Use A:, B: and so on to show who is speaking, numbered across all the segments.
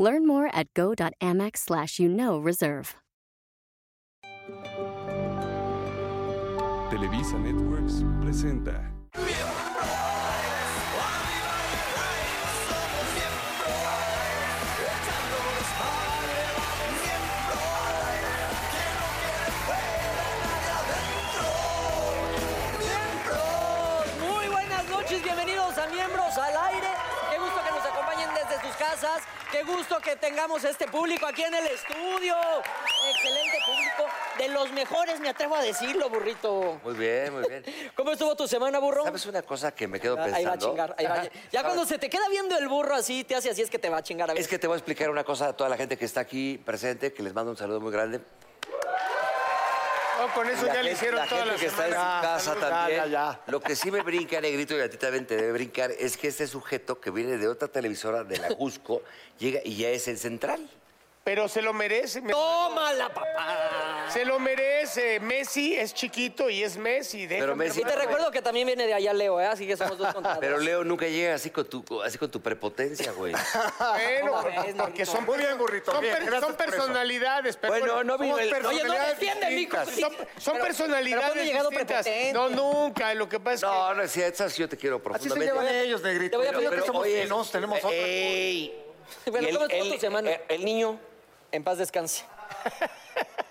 A: Learn more at go.amex slash you know reserve.
B: Televisa Networks presenta.
C: Muy buenas noches, bienvenidos a Miembros al Aire. Qué gusto que nos acompañen desde sus casas. Qué gusto que tengamos este público aquí en el estudio. Excelente público, de los mejores, me atrevo a decirlo, burrito.
D: Muy bien, muy bien.
C: ¿Cómo estuvo tu semana, burro?
D: ¿Sabes una cosa que me quedo
C: Ah,
D: pensando?
C: Ahí va a chingar, ahí va. a-
D: Ajá.
C: Ya cuando
D: ¿Sabes?
C: se te queda viendo el burro así, te hace así, es que te va a chingar a ver.
D: Es que te voy a explicar una cosa a toda la gente que está aquí presente, que les mando un saludo muy grande.
E: No, con eso
D: La
E: ya
D: gente-
E: le hicieron
D: la
E: toda
D: gente
E: la
D: que está en su
E: semana.
D: casa
E: Ya,
D: también.
E: ya, ya.
D: Lo que sí me brinca, Negrito, y a ti también te debe brincar, es que este sujeto que viene de otra televisora, de la Cusco, llega y ya es el central.
E: Pero se lo merece. me-
C: ¡Tómala, papá!
E: Se lo merece. Messi es chiquito y es Messi. déjame,
D: Messi-
C: Y te
E: hermano.
C: recuerdo que también viene de allá Leo, ¿eh? así que somos dos contados.
D: Pero Leo nunca llega así con tu, así con tu prepotencia, güey.
E: Bueno,
C: ¿Cómo ves,
E: porque
C: Gorrito?
E: son,
F: Muy bien, Gorrito,
E: son,
F: bien,
E: per-
F: gracias
E: son
F: por eso.
E: personalidades. pero
D: Bueno, no vino
E: somos
D: el-
C: Oye,
D: Oye,
C: no
E: personalidades
C: defiende, mico.
E: distintas.
C: sí.
E: Son, son
C: Pero-
E: personalidades
C: pero ¿cuándo ha llegado
E: distintas.
C: prepotente?
E: No, nunca. Lo que pasa
D: No,
E: es
D: no es cierto, esa sí yo te quiero
F: Así se
D: profundamente.
F: llevan ellos, negrito.
C: Te voy a pedir
F: Creo que
C: otro-
F: somos
D: Oye,
F: finos, tenemos otra.
D: ¡Ey!
C: Bueno,
D: Y el-
C: ¿cómo estuvo
D: el-
C: tu semana?
D: eh, el niño
C: En paz descanse.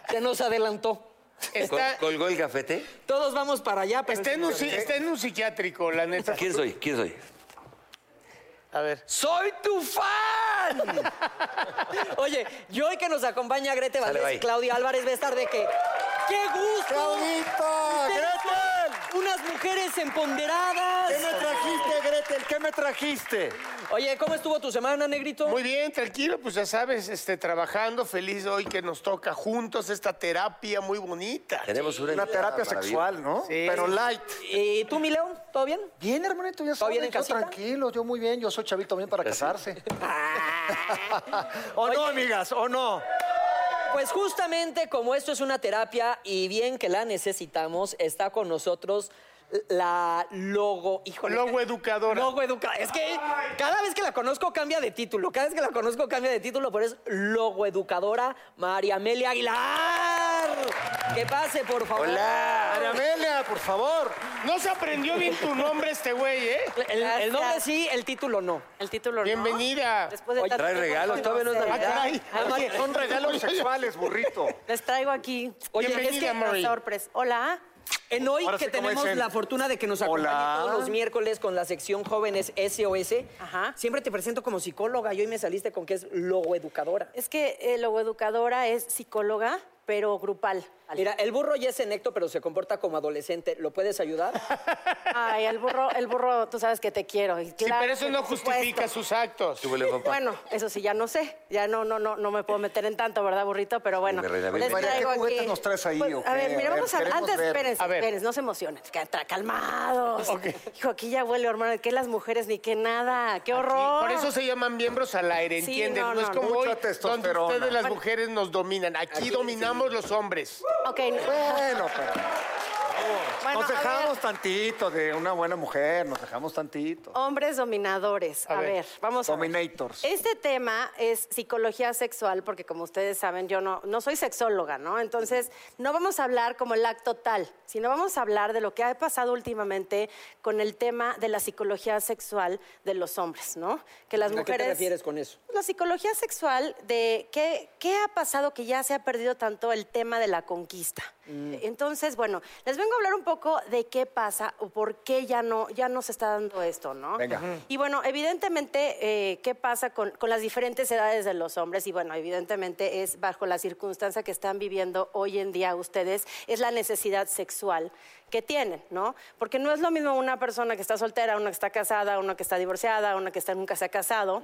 C: Se nos adelantó.
E: que está,
D: col- colgó el gafete.
C: Todos vamos para allá, pero
E: está en un, si- está en un psiquiátrico, la neta.
D: ¿Quién soy? ¿Quién soy?
E: A ver.
D: ¡Soy tu fan!
C: Oye, y hoy que nos acompaña Grete
D: Sale,
C: Valdés y
D: bye.
C: Claudia Álvarez va a estar de que. ¡Qué gusto!
F: ¡Claudita!
C: Ustedes
F: ¡Gretel!
C: son Unas mujeres
F: ¿Qué
C: empoderadas.
F: me trajiste, Gretel? ¿Qué me trajiste?
C: Oye, ¿cómo estuvo tu semana, negrito?
E: Muy bien, tranquilo, pues ya sabes, este, trabajando, feliz hoy que nos toca juntos esta terapia muy bonita.
D: Tenemos una,
F: Una
D: invitada
F: terapia
D: maravillosa.
F: sexual, ¿no?
E: Sí.
F: Pero light.
C: ¿Y Eh, tú, mi León? ¿Todo bien?
F: Bien, hermanito, ya
C: ¿Todo bien en
F: yo
C: casita?
F: tranquilo, yo muy bien, yo soy chavito también para casarse. ¿O
C: Oye.
F: no, amigas? ¿O no?
C: Pues justamente como esto es una terapia y bien que la necesitamos, está con nosotros la logo, híjole.
E: Logoeducadora.
C: Logo educa. Es que cada vez que la conozco cambia de título. Cada vez que la conozco cambia de título, pero es logo educadora María Amelia Aguilar. Que pase, por favor.
F: María Amelia, por favor.
E: No se aprendió bien tu nombre este güey, ¿eh?
C: El, el nombre
G: Gracias.
C: sí, el título no.
G: El título no.
E: Bienvenida.
G: Después de
D: Oye,
G: tanto
D: trae
G: tiempo,
D: regalos,
G: no
D: todavía no es
G: sé.
E: Ah, caray.
F: Oye, son regalos sexuales, burrito.
G: Les traigo aquí.
C: Oye,
G: es
E: Bienvenida,
G: que
E: Mari.
G: sorpresa. Hola.
C: En hoy
F: Ahora
C: que
F: sí, ¿cómo
C: tenemos
F: dicen?
C: la fortuna de que nos acompañe
F: Hola.
C: todos los miércoles con la sección Jóvenes SOS.
G: Ajá.
C: Siempre te presento como psicóloga y hoy me saliste con que es logo educadora.
G: Es que eh, logoeducadora es psicóloga, pero grupal.
C: Mira, el burro ya es enecto, pero se comporta como adolescente. ¿Lo puedes ayudar?
G: Ay, el burro, el burro, tú sabes que te quiero. y
E: Sí,
G: claro
E: pero eso
G: que
E: no
G: por supuesto.
E: justifica sus actos.
D: Súbele, papá.
G: Bueno, eso sí, ya no sé. Ya no, no, no, no me puedo meter en tanto, ¿verdad, burrito? Pero bueno.
D: mi reina,
G: les
D: bienvenida.
F: María, ¿qué
G: traigo
F: juguetes
G: aquí-
F: nos traes ahí,
G: Pues,
F: o qué?
G: A ver, mira,
F: A ver,
G: vamos a.
F: queremos
G: Antes,
F: ver.
G: espérense,
E: A ver.
G: espérense, no se emocionen. que tra- Calmados. Hijo, aquí ya huele, hermano, que las mujeres ni que nada. ¡Qué horror!
E: Por eso se llaman miembros al aire,
G: Sí,
E: ¿entienden?
G: no,
E: no, es
G: no,
E: como
F: no.
E: hoy,
F: Mucha
E: donde
F: testosterona.
E: ustedes las mujeres nos dominan. Aquí dominamos los hombres.
G: Ok, no.
F: Bueno, pero.
G: Bueno,
F: nos
G: a ver.
F: dejamos tantito de una buena mujer, nos dejamos tantito.
C: Oh,
G: Hombres dominadores.
E: A
G: A,
E: ver.
G: ver, vamos a ver.
F: Dominators.
G: Este tema es psicología sexual, porque como ustedes saben, yo no, no soy sexóloga, ¿no? Entonces, no vamos a hablar como el acto tal, sino vamos a hablar de lo que ha pasado últimamente con el tema de la psicología sexual de los hombres, ¿no? Que las
C: ¿A qué
G: mujeres.
C: te refieres con eso?
G: La psicología sexual de qué, qué ha pasado que ya se ha perdido tanto el tema de la conquista. Entonces, bueno, les vengo a hablar un poco de qué pasa o por qué ya no, ya no se está dando esto, ¿no?
F: Venga. Ujú.
G: Y bueno, evidentemente, eh, ¿qué pasa con, con las diferentes edades de los hombres? Y bueno, evidentemente es bajo la circunstancia que están viviendo hoy en día ustedes, es la necesidad sexual que tienen, ¿no? Porque no es lo mismo una persona que está soltera, una que está casada, una que está divorciada, una que está, nunca se ha casado.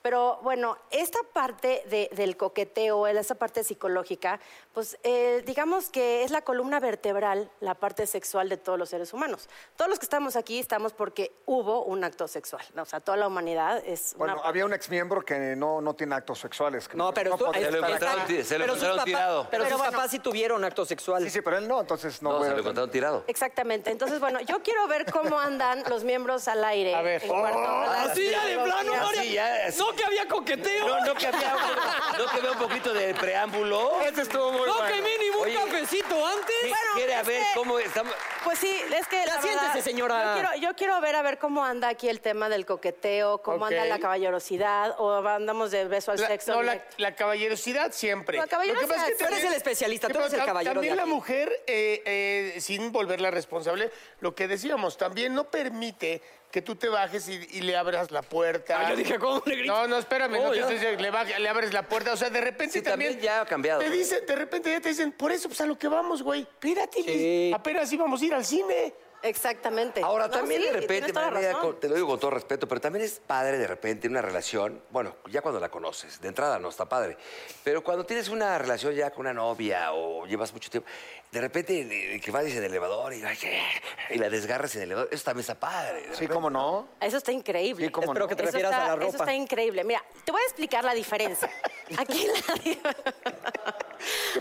G: Pero bueno, esta parte de- del coqueteo, esa parte psicológica, pues eh, digamos que es la columna vertebral, la parte sexual de todos los seres humanos. Todos los que estamos aquí estamos porque hubo un acto sexual. ¿no? O sea, toda la humanidad es
F: Bueno,
G: una...
F: había un exmiembro que no, no tiene actos sexuales. que
C: No, pero tú-
F: podría
D: se lo
C: está-
F: estar acá.
D: encontraron ti- se lo
C: pero sus
D: encontraron
C: papás-
D: tirado.
C: Pero
G: Pero
C: sus
G: bueno.
C: papás sí tuvieron acto sexual.
F: Sí, sí, pero él no, entonces no.
D: No, se
F: voy a-
D: lo encontraron tirado.
G: Exactamente. Entonces, bueno, yo quiero ver cómo andan los miembros al aire.
E: A ver.
G: en cuarto grado.
C: Así Ah, ya de plano,
D: Así
C: María.
D: ya, así.
C: No que había coqueteo.
D: No, no que había, no que había un poquito de preámbulo.
E: Este estuvo muy
C: No
E: bueno.
C: que mínimo un
D: Oye.
C: cafecito antes.
D: Sí,
G: Bueno,
D: quiere a
G: es
D: ver
G: que-
D: cómo estamos.
G: Pues sí, es que.
C: Ya
G: la
C: siéntese,
G: verdad,
C: señora.
G: Yo quiero, yo quiero ver a ver cómo anda aquí el tema del coqueteo, cómo
E: Ok.
G: anda la caballerosidad, o andamos de beso
C: Pues
G: al
E: La-
G: sexo.
E: no, la,
G: directo.
E: la caballerosidad siempre.
G: La caballerosidad,
E: Lo que pasa
G: tú
C: eres el especialista,
E: Sí,
C: tú eres
E: pero
C: el
E: tam-
C: caballero
E: También
C: de
E: la
C: aquí.
E: mujer, eh, eh, sin volverla responsable, lo que decíamos, también no permite que tú te bajes y, y le abras la puerta.
C: Ah, yo dije, ¿cómo, negrito?
E: No, no, espérame, no
C: Oh,
E: te
C: ya.
E: estoy diciendo que le, baje- le abres la puerta. O sea, de repente
D: Sí,
E: también.
D: también ya ha cambiado.
E: Te dicen, de repente ya te dicen, por eso, pues a lo que vamos, güey. Espérate,
C: Sí.
E: apenas íbamos a ir al cine.
G: Exactamente.
D: Ahora,
G: No,
D: también
G: sí,
D: de repente,
G: tienes toda la
D: María,
G: razón.
D: con- te lo digo con todo respeto, pero también es padre de repente una relación, bueno, ya cuando la conoces, de entrada no está padre, pero cuando tienes una relación ya con una novia o llevas mucho tiempo, de repente eh, que vas en el elevador y, ay, y la desgarras en el elevador, eso también está padre. de
F: Sí,
D: repente.
F: cómo no.
G: Eso está increíble.
F: Sí, cómo Espero no.
C: que te
G: Eso
C: refieras
G: está-
C: a la ropa.
G: Eso está increíble. Mira, te voy a explicar la diferencia. Aquí la, di-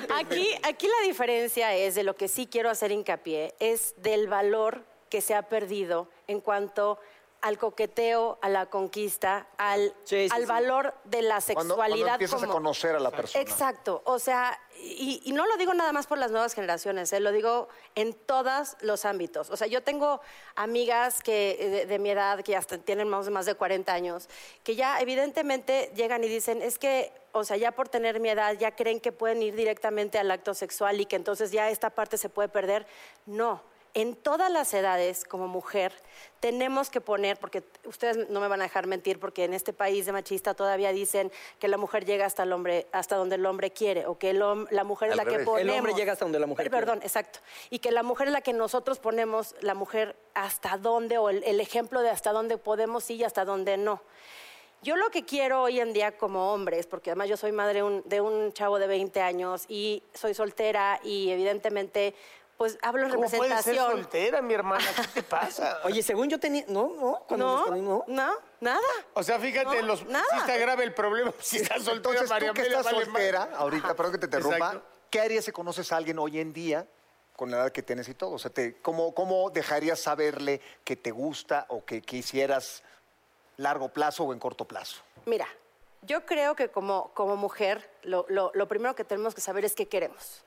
G: aquí, aquí la diferencia es, de lo que sí quiero hacer hincapié, es del valor que se ha perdido en cuanto al coqueteo, a la conquista, al,
C: Sí, sí,
G: al
C: sí.
G: valor de la
F: Cuando,
G: sexualidad.
F: cuando empiezas a
G: como-
F: conocer a la persona.
G: Exacto, o sea, y, y no lo digo nada más por las nuevas generaciones, ¿eh? lo digo en todos los ámbitos. O sea, yo tengo amigas que eh, de, de mi edad, que hasta tienen más, más de 40 años, que ya evidentemente llegan y dicen, es que, o sea, ya por tener mi edad, ya creen que pueden ir directamente al acto sexual y que entonces ya esta parte se puede perder. No. En todas las edades, como mujer, tenemos que poner, porque ustedes no me van a dejar mentir, porque en este país de machista todavía dicen que la mujer llega hasta el hombre, hasta donde el hombre quiere, o que el hom- la mujer
D: Al
G: es la que
D: revés. El
G: ponemos.
C: hombre llega hasta donde la mujer quiere.
G: Perdón, exacto. Y que la mujer es la que nosotros ponemos, la mujer hasta dónde, o el, el ejemplo de hasta dónde podemos ir y hasta dónde no. Yo lo que quiero hoy en día como hombre es, porque además yo soy madre un- de un chavo de 20 años y soy soltera y evidentemente, pues hablo en
E: ¿Cómo puedes ser
G: representación.
E: soltera, mi hermana? ¿Qué te pasa?
C: Oye, según yo tenía. No, no, cuando nos
G: No,
C: conocimos, no.
G: no, nada.
E: O sea, fíjate,
G: No,
E: los,
G: nada.
E: si está grave el problema, si está soltera,
F: Entonces,
E: María
F: tú que
E: Amelia
F: estás
E: vale más.
F: soltera, ahorita, perdón que te interrumpa,
E: Exacto.
F: ¿qué harías si conoces a alguien hoy en día con la edad que tienes y todo? O sea, te- ¿cómo, ¿cómo dejarías saberle que te gusta o que quisieras largo plazo o en corto plazo?
G: Mira, yo creo que como, como mujer, lo, lo- lo primero que tenemos que saber es qué queremos.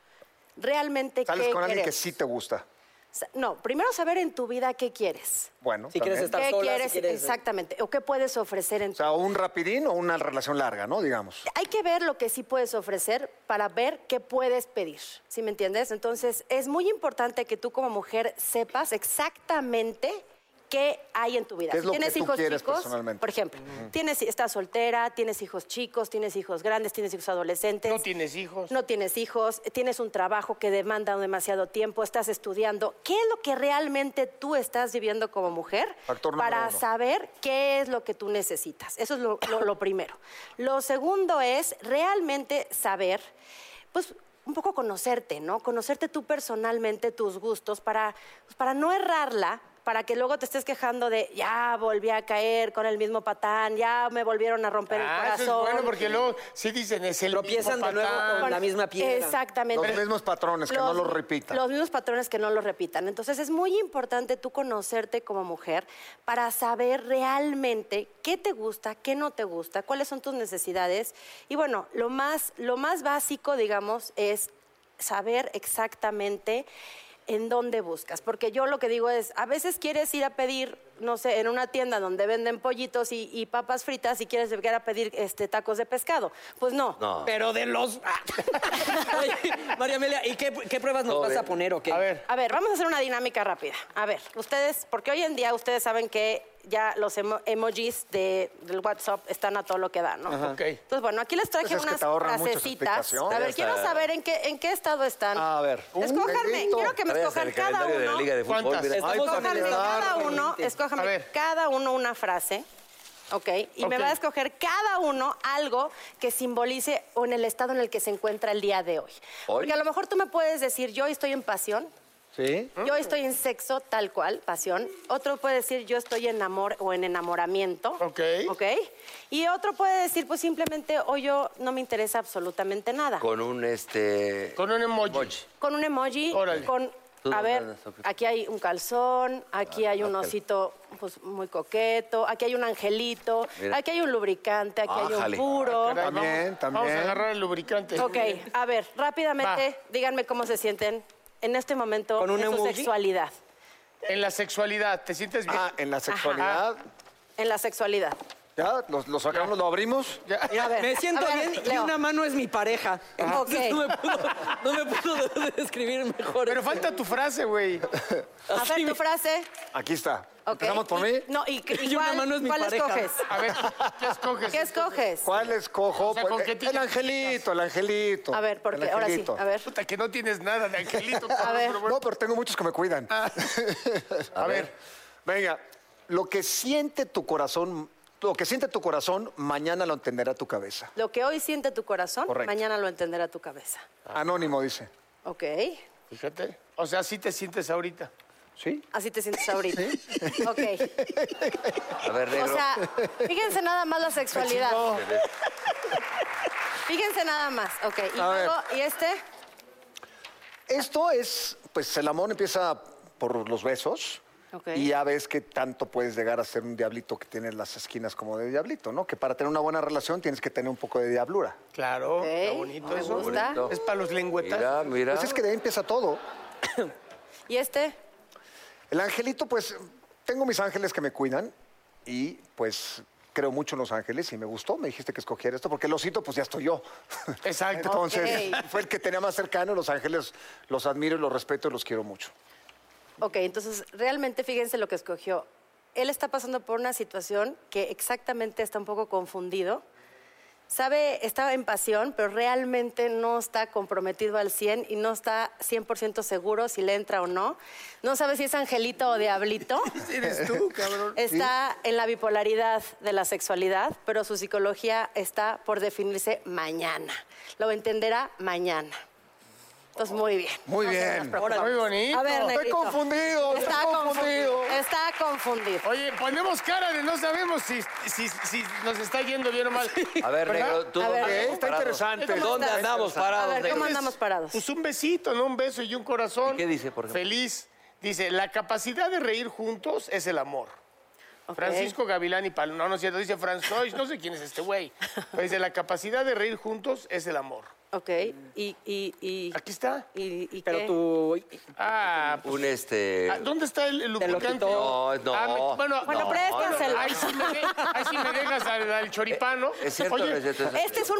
G: Realmente
F: Sales
G: qué
F: con alguien que
G: queremos.
F: sí te gusta.
G: Sa- No, primero saber en tu vida qué quieres.
F: Bueno,
C: Si quieres
F: también.
C: estar
G: ¿Qué
C: sola, si
G: quieres,
C: quieres- eh?
G: exactamente? ¿O qué puedes ofrecer en
F: O
G: tu
F: sea, un rapidín o una relación larga, ¿no? Digamos.
G: hay que ver lo que sí puedes ofrecer para ver qué puedes pedir, ¿sí me entiendes? Entonces, es muy importante que tú como mujer sepas exactamente qué hay en tu vida.
F: ¿Qué es
G: Si
F: lo que
G: tienes
F: tú
G: hijos
F: quieres
G: chicos,
F: personalmente?
G: por ejemplo, tienes estás soltera, tienes hijos chicos, tienes hijos grandes, tienes hijos adolescentes.
E: No tienes hijos.
G: No tienes hijos, tienes un trabajo que demanda demasiado tiempo, estás estudiando. ¿Qué es lo que realmente tú estás viviendo como mujer
F: Factor número
G: para
F: uno.
G: saber qué es lo que tú necesitas? Eso es lo, lo- lo primero. Lo segundo es realmente saber, pues un poco conocerte, ¿no? Conocerte tú personalmente, tus gustos, para, pues, para no errarla. Para que luego te estés quejando de ya volví a caer con el mismo patán, ya me volvieron a romper el
E: Ah,
G: corazón.
E: eso es bueno, porque luego sí dicen, es el
C: Tropiezan
E: mismo
C: de nuevo
E: patán.
C: con- la misma piedra.
G: Exactamente.
F: Los mismos patrones, que no
G: Los-
F: lo repitan.
G: Los mismos patrones que no lo repitan. Entonces es muy importante tú conocerte como mujer para saber realmente qué te gusta, qué no te gusta, cuáles son tus necesidades. Y bueno, lo más, lo más básico, digamos, es saber exactamente en dónde buscas. Porque yo lo que digo es, a veces quieres ir a pedir, no sé, en una tienda donde venden pollitos y, y papas fritas y quieres llegar a pedir este, tacos de pescado. Pues no.
D: No.
C: Pero de los. ah. Oye, María Amelia, ¿y qué, qué pruebas nos
D: Todo
C: vas
D: bien.
C: a poner o qué?
E: A ver,
G: A ver, vamos a hacer una dinámica rápida. A ver, ustedes, porque hoy en día ustedes saben que ya los emo- emojis de, del WhatsApp están a todo lo que dan, ¿no?
E: ok.
G: Entonces, bueno, aquí les traje
F: Pues es que
G: unas
F: te ahorran muchas
G: frasecitas.
F: explicaciones.
G: A ver,
F: Ya
G: quiero
D: está.
G: saber en qué, en qué estado están.
F: A ver. Uh,
G: Escójanme,
F: negrito.
G: quiero que me
D: Traes
G: escojan
D: el
G: cada
D: calendario de la
G: uno.
D: Liga de Fútbol,
E: ¿Cuántas?
D: mira.
E: Ay,
C: Estamos
E: familiar.
G: Escójanme cada uno,
E: A
G: escójame
E: ver.
G: cada uno una frase, ¿ok? Y me
E: Ok.
G: va a escoger cada uno algo que simbolice o en el estado en el que se encuentra el día de hoy. Porque a lo mejor tú me puedes decir, yo hoy estoy en pasión,
F: Sí.
G: yo estoy en sexo, tal cual, pasión. Otro puede decir, yo estoy en amor o en enamoramiento.
E: Ok.
G: Ok. Y otro puede decir, pues simplemente, o yo no me interesa absolutamente nada.
D: Con
G: Con,
D: un este.
E: Con un emoji.
G: un emoji,
E: Órale.
G: con.
D: Tú
G: A
D: no
G: ver,
D: mandas, ok.
G: aquí hay un calzón, aquí hay un
D: ok.
G: osito pues, muy coqueto, aquí hay un angelito,
D: Mira.
G: aquí hay un lubricante, aquí hay un
D: Ájale.
C: Ah,
G: puro.
E: Caray,
F: También,
E: vamos,
F: también.
E: Vamos a agarrar el lubricante.
G: Ok, a ver, rápidamente, díganme cómo se sienten en este momento
C: ¿Con un
G: en su
C: emoji?
G: sexualidad.
E: En la sexualidad, ¿te sientes bien?
F: Ah, en la sexualidad.
G: En la sexualidad.
F: Ya, lo, lo sacamos, lo abrimos.
E: Ya.
G: A ver,
C: Me siento
G: a ver,
C: bien y
G: Leo.
C: una mano es mi pareja. Entonces
G: Ok.
C: no me pudo, no me pudo describir mejor.
E: Pero falta tu frase, güey.
G: A ver, tu frase.
F: Aquí está.
G: Ok.
F: ¿Empezamos por
G: Y-
F: mí?
G: No, y, y
C: Y una
G: cuál,
C: mano es mi
G: cuál
C: pareja.
G: escoges.
E: A ver, ¿qué escoges?
G: ¿Qué escoges?
F: ¿Cuál escojo?
E: O sea,
F: Pues,
E: ¿con qué
F: eh,
E: tiene-
F: el angelito, el angelito.
G: A ver,
F: El
G: porque ahora sí.
F: angelito.
G: A ver.
E: Puta, que no tienes nada de angelito.
G: A ver.
E: pero bueno.
F: No, pero tengo muchos que me cuidan.
E: A ver.
F: Venga, lo que siente tu corazón, lo que siente tu corazón, mañana lo entenderá tu cabeza.
G: Lo que hoy siente tu corazón,
F: Correcto.
G: mañana lo entenderá tu cabeza.
F: Anónimo dice.
G: Ok.
E: Fíjate. O sea, sí te sientes ahorita.
F: ¿Sí?
G: Así te sientes ahorita. Ok.
D: A ver,
G: O
D: negro.
G: sea, fíjense nada más la sexualidad. Fíjense nada más. Ok. Y
F: A ver.
G: luego, ¿y este?
F: Esto es, pues el amor empieza por los besos.
G: Ok.
F: Y ya ves que tanto puedes llegar a ser un diablito que tiene las esquinas como de diablito, ¿no? Que para tener una buena relación tienes que tener un poco de diablura.
E: Claro.
G: Ok,
E: Está bonito
G: me
E: eso.
G: gusta.
D: Bonito.
E: Es para los lengüetas.
D: mira, mira.
F: Pues es que de ahí empieza todo.
G: ¿Y este?
F: El angelito, pues tengo mis ángeles que me cuidan y pues creo mucho en los ángeles y me gustó, me dijiste que escogiera esto, porque el osito, pues ya estoy yo.
E: Exacto.
F: Entonces,
G: Ok.
F: fue el que tenía más cercano. Los Ángeles los admiro, los respeto y los quiero mucho.
G: Ok, entonces realmente fíjense lo que escogió. Él está pasando por una situación que exactamente está un poco confundido. Sabe, está en pasión, pero realmente no está comprometido al 100 y no está 100% seguro si le entra o no. No sabe si es angelito o diablito.
E: Eres tú, cabrón.
G: Está en la bipolaridad de la sexualidad, pero su psicología está por definirse mañana. Lo entenderá mañana.
E: Oh,
G: Entonces, muy bien.
F: Muy
G: No se
F: bien.
G: nos preocupe.
E: Muy bonito.
G: A ver,
E: Estoy
G: negrito.
F: confundido, estoy
G: Está
F: confundido.
G: confundido. Está confundido.
E: Oye, ponemos cara de no sabemos si, si, si nos está yendo bien o mal.
D: A ver,
E: ¿Verdad?
D: negro, tú
G: A ver. ¿eh?
D: dónde
G: Ok,
D: andas
F: está
D: parado?
F: interesante.
C: ¿Dónde
G: está?
C: andamos
G: A
C: parados?
G: ver,
C: negro?
G: ¿cómo andamos parados?
E: Pues un besito, ¿no? Un beso y un corazón.
D: ¿Y qué dice, por ejemplo?
E: Feliz. Dice, la capacidad de reír juntos es el amor.
G: Ok.
E: Francisco Gavilán y Paloma. No, no es cierto. Dice François, no sé quién es este güey. Pero dice, la capacidad de reír juntos es el amor.
G: Ok, y... y, y
E: Aquí está.
G: y- y qué?
C: Pero tú...
E: Ah,
D: Un este.
E: ah, ¿dónde está el, el
C: Te lo
E: lubricante?
D: No, no.
E: Ah, me- bueno,
G: Bueno,
E: no.
G: préstaselo.
E: Ahí sí me, de- ahí sí me dejas al, al choripano.
D: Es cierto,
E: Oye,
D: es cierto, es cierto.
G: Este es un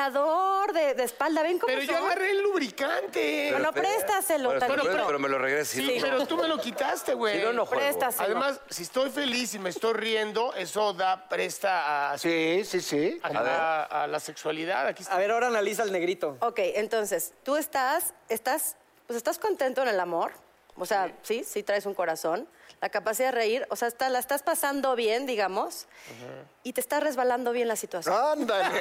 G: masajeador de, de espalda, ¿ven cómo
E: Pero yo
G: son?
E: agarré el lubricante.
G: Bueno, préstaselo
D: Bueno,
G: tantito.
D: pero, pero me lo regresas.
E: sí,
D: si no,
E: pero
D: no.
E: tú me lo quitaste, güey.
D: Si no, no juego.
G: Préstaselo.
E: Además, si estoy feliz y me estoy riendo, eso da presta a,
F: Sí, sí, sí.
E: a- a- a la sexualidad. Aquí está.
C: A ver, ahora analiza el negrito.
G: Ok, entonces, tú estás, estás, pues estás contento en el amor. O sea, sí, sí, traes un corazón. La capacidad de reír, o sea, está- la estás pasando bien, digamos, y te está resbalando bien la
E: Ah.
G: situación.
F: Ándale.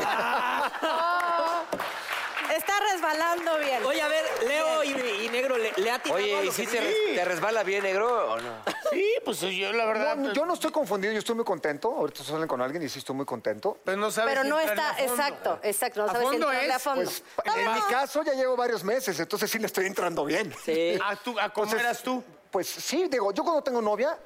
G: Está resbalando bien.
C: Oye, a ver, Leo y, y Negro, ¿le, le ha tirado a
D: Oye,
C: lo
D: ¿y
C: que
D: si
C: sí?
D: te, res- te resbala bien, negro o
G: Ah.
D: no?
E: Sí, pues yo la verdad.
F: No,
E: pues,
F: yo no estoy confundido, yo estoy muy contento. Ahorita salen con alguien y sí estoy muy contento.
E: Pero pues, no sabes.
G: Pero no
E: entrarle
G: está,
E: a fondo.
G: exacto, exacto, no
E: ¿A
G: sabes
E: fondo
G: entrarle
E: es?
G: a fondo.
F: Pues
G: No,
F: en
G: no,
F: mi
E: Ah.
G: no.
F: caso ya llevo varios meses, entonces sí le estoy entrando bien.
C: Sí.
E: ¿A, tú, a cómo
F: Pues, Entonces,
E: eras tú?
F: Pues sí, digo, yo cuando tengo novia,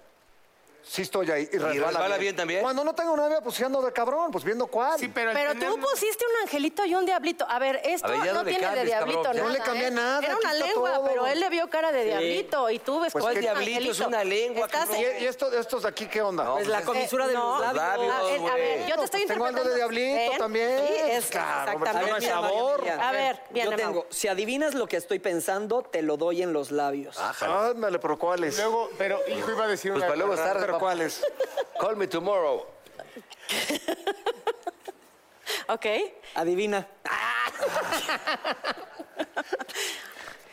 F: Sí estoy ahí. Y resbala,
D: resbala bien también?
F: Cuando no tengo novia, pues sí ando de cabrón, pues viendo cuál.
E: Sí, pero, al
G: Pero
E: tener-
G: tú pusiste un angelito y un diablito. A ver, esto
D: A ver, ya
G: no
D: no le
G: tiene de
D: cambies,
G: diablito
D: cabrón, ya.
G: nada.
D: No
F: le cambié
G: ¿eh?
F: nada,
G: Era
F: aquí
G: una
F: está
G: lengua,
F: todo.
G: pero él le vio cara de diablito y tú ves
D: Pues,
G: cuál
D: ¿cuál diablito? Es una lengua,
G: Estás
D: cabrón.
F: ¿Y,
G: en- eh,
F: y esto, estos de aquí qué onda?
D: No,
C: Pues la
D: Entonces,
C: comisura de
G: no.
C: los labios.
D: Ah,
G: A ver, a ver, yo te estoy
F: Pues tengo
G: interpretando.
F: algo de diablito
G: Ven.
F: también.
G: Sí, es,
F: Claro, hombre,
G: exactamente.
F: tiene
C: mira,
F: sabor.
C: mira, mira.
G: A ver, bien,
C: Yo
G: Amado.
C: tengo, si adivinas lo que estoy pensando, te lo doy en los labios.
F: Ah. Ándale, pero ¿cuáles?
E: Luego, pero, hijo, iba a decir
D: Pues
E: una
D: para luego
E: cosa.
D: estar...
F: pero ¿cuáles?
D: Call me tomorrow.
G: Ok.
C: Adivina.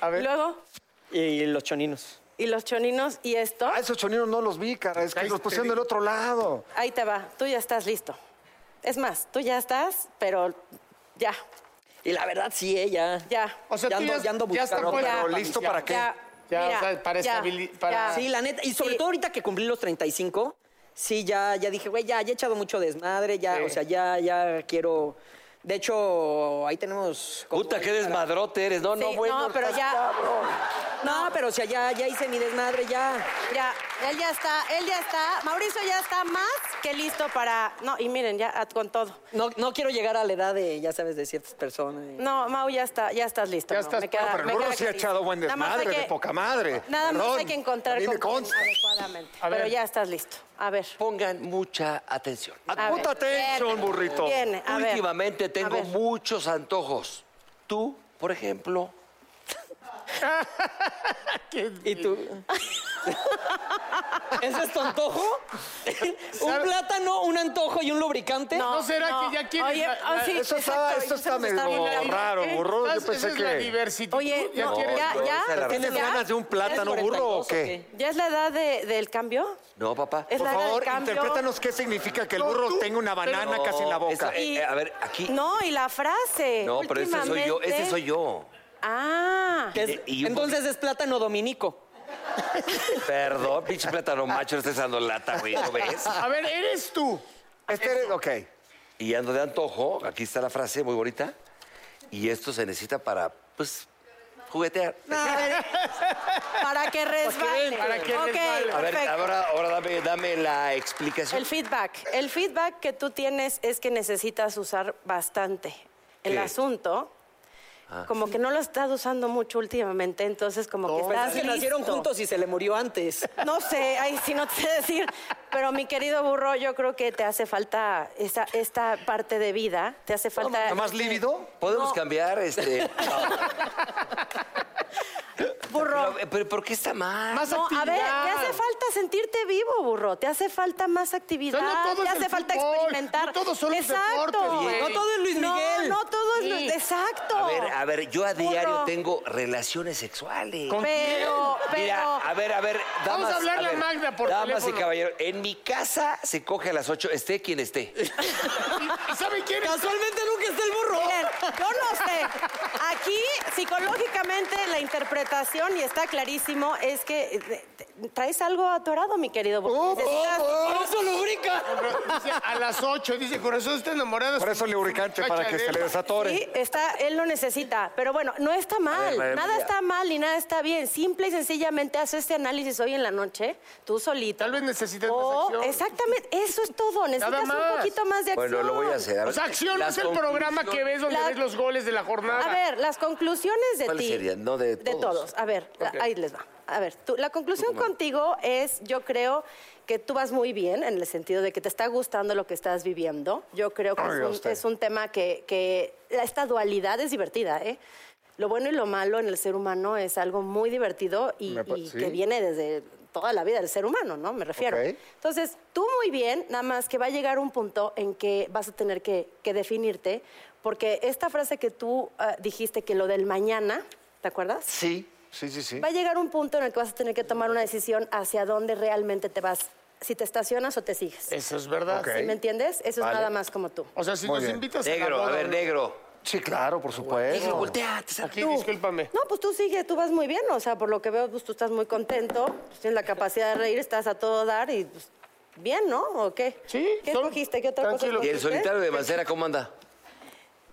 E: A ver,
G: Luego,
C: Y los choninos.
G: y los choninos y esto.
F: Ah, esos choninos no los vi, cara. Es que
E: Ahí
F: los
E: te
F: pusieron
E: vi.
F: del otro lado.
G: Ahí te va. Tú ya estás listo. Es más, tú ya estás, pero ya,
C: Y la verdad, sí, ella.
G: ya.
E: o sea,
C: ya
E: tú
C: ando-
E: ya,
C: ya ando
E: ya está
C: buscando,
E: puesto.
F: pero listo para qué.
G: Ya,
E: Ya,
G: mira,
E: o sea, para
G: ya,
E: estabili- para-
G: ya.
C: Sí, la neta. Y sobre
G: Sí.
C: todo ahorita que cumplí los 35, sí, ya, ya dije, güey, ya, ya he echado mucho desmadre, ya,
E: Sí.
C: o sea, ya, ya quiero. De hecho, ahí tenemos. como-
D: Puta, qué desmadrote eres. No, no,
G: Sí,
D: bueno.
G: no, pero
D: estás
G: ya.
D: cabrón.
C: No, pero o sea, ya, ya hice mi desmadre, ya.
G: Ya, él ya está, él ya está, Mauricio ya está más que listo para. No, y miren, ya ah, con todo.
C: No, no quiero llegar a la edad de, ya sabes, de ciertas personas.
G: No, Mau, ya está, ya estás listo.
E: Ya
G: Mau,
E: estás-
F: No, pero
G: me
F: el burro
G: queda
F: sí ha
G: clarísimo.
F: echado buen
G: Nada más hay
F: desmadre, de
G: que-
F: poca madre.
G: Nada más
F: Perdón,
G: hay que encontrar
F: a mí me
G: con
F: consta.
G: quién adecuadamente.
E: A ver.
G: Pero ya estás listo. A ver.
D: Pongan mucha atención.
G: a ver.
F: Puta atención,
G: Viene,
F: burrito.
G: Viene, a ver.
D: Últimamente
G: A
D: tengo
G: ver.
D: muchos antojos. Tú, por ejemplo.
C: ¿Y tú? ¿Eso es tu antojo? un
E: ¿Sabe-
C: plátano, un antojo y un lubricante.
E: ¿No será que ya quieres
G: Oye,
E: la-
G: ah,
E: la-
G: sí,
F: Eso está, esto
G: exacto, entonces
F: está
G: nos está ¿Eh?
F: medio
G: bien.
F: raro, burro. Yo
E: Estás-
F: pensé
E: esa es la
F: que...
E: diversidad.
G: Oye,
E: ya
G: no,
E: quieres-
G: ya,
D: no,
G: ya.
D: esa es la
F: ¿Tienes
G: ¿Ya?
F: ganas de un plátano, burro, o qué?
G: ¿Ya es la edad de- del cambio?
D: No, papá.
G: Es
F: Por
G: la edad
F: favor,
G: del cambio.
F: interprétanos qué significa que el burro tenga una banana
D: No,
F: casi en la boca.
D: esa- eh, eh, a ver, aquí. No,
G: No, y la frase.
D: pero ese soy yo.
G: últimamente-
D: Ese soy yo.
G: Ah.
C: Que es-
D: Y- y un
C: entonces es plátano dominico.
D: Perdón, pinche plátano macho, no estés dando lata, güey. ¿No ves?
E: A ver, eres tú.
F: Este eres- ok.
D: Y ando de antojo. Aquí está la frase muy bonita. Y esto se necesita para, pues, juguetear.
G: Para que resbale.
E: Para que
G: Ok,
E: resbale.
D: A ver,
G: perfecto.
D: ahora, ahora dame, dame la explicación.
G: El feedback. El feedback que tú tienes es que necesitas usar bastante el
D: ¿Qué? Ah.
G: asunto. Como que no lo estás usando mucho últimamente, entonces como que estás
C: Es que nacieron
G: listo.
C: juntos y se le murió antes.
G: No sé, ay, si no te sé decir, pero mi querido burro, yo creo que te hace falta esa, esta parte de vida, te hace falta...
F: ¿Nada más lívido?
D: Podemos cambiar, este.
G: Burro,
D: Pero, pero ¿por qué está mal?
E: Más
G: No, a ver, te
E: actividad.
G: hace falta sentirte vivo, burro. Te hace falta más actividad.
E: O sea, no todo
G: te
E: es
G: hace
E: el
G: falta
E: fútbol,
G: experimentar.
E: no todos son los
G: Exacto.
E: deportes, güey.
C: No todo es Luis Miguel.
G: No, no todo es Luis- Exacto.
D: A ver, a ver, yo a diario
G: Burro.
D: tengo relaciones sexuales.
G: Pero, pero.
D: Mira, a ver, a ver, damas,
E: Vamos a hablarle a
D: ver,
E: Magda por
D: Damas
E: teléfono.
D: y caballeros, en mi casa se coge a las 8, esté quien esté.
E: ¿Y- y ¿Sabe quién es?
C: Casualmente nunca está el burro.
G: Miren, yo no sé. Aquí, psicológicamente, la interpretación, y está clarísimo, es que eh, te- traes algo atorado, mi querido
D: Oh,
G: burro. Necesitas-
C: Por eso lubrica.
E: Dice, a las 8, dice, corazón, está enamorado.
F: Por eso lubricante, para que se le desatore.
G: Sí, está, él lo necesita. Pero bueno, no está mal.
D: María
G: nada
D: Emilia.
G: está mal y nada está bien. Simple y sencillamente haz este análisis hoy en la noche, tú solito.
E: Tal vez necesites más
G: O-
E: acción.
G: exactamente, eso es todo. Necesitas
E: más.
G: un poquito más de acción.
D: Bueno, lo voy a hacer. A ver,
E: O sea, acción no
D: las
E: es el programa que ves donde
G: La-
E: ves los goles de la jornada.
G: A ver, las conclusiones de
D: ¿Cuáles
G: ti.
D: serían? No, de
G: De
D: todos.
G: todos. A ver, la- ahí les va. A ver, tú- la conclusión contigo es, yo creo que tú vas muy bien en el sentido de que te está gustando lo que estás viviendo. Yo creo que
F: Oiga
G: es
F: usted.
G: un, es un tema que, que la- esta dualidad es divertida, ¿eh? Lo bueno y lo malo en el ser humano es algo muy divertido y,
F: Me pa-
G: y
F: sí.
G: que viene desde toda la vida del ser humano, ¿no? Me refiero.
F: Ok.
G: Entonces, tú muy bien, nada más que va a llegar un punto en que vas a tener que, que definirte, porque esta frase que tú ah, dijiste, que lo del mañana, ¿te acuerdas?
F: Sí, sí, sí, sí.
G: Va a llegar un punto en el que vas a tener que tomar una decisión hacia dónde realmente te vas, si te estacionas o te sigues.
E: Eso es verdad.
F: Ok.
G: ¿Sí ¿Me entiendes? Eso
F: Vale.
G: es nada más como tú.
E: O sea, si
F: Muy
E: nos
F: bien.
E: invitas
D: Negro,
E: a
D: a
E: la
D: ver,
E: boda,
D: negro.
F: Sí, claro, por
D: Negro,
F: supuesto.
D: volteate. sal-
E: Aquí, discúlpame.
G: No, pues tú sigue, tú vas muy bien, o sea, por lo que veo, pues tú estás muy contento, pues, tienes la capacidad de reír, estás a todo dar y pues, bien, ¿no? ¿O qué?
E: Sí,
G: ¿Qué
E: son-
G: escogiste? ¿Qué otra cosa
E: tranquilo.
D: ¿Y el
G: escogiste?
D: solitario de Mancera cómo anda?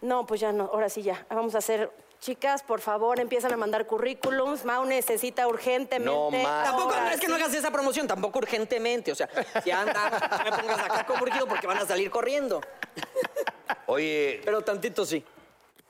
G: No, pues ya no, ahora sí ya. Vamos a hacer Chicas, por favor, empiezan a mandar currículums. Mau necesita urgentemente.
D: No más.
C: Tampoco no es que no
G: sí.
C: hagas esa promoción, tampoco urgentemente. O sea, si anda, no me pongas acá como urgido porque van a salir corriendo.
D: Oye,
C: Pero tantito sí.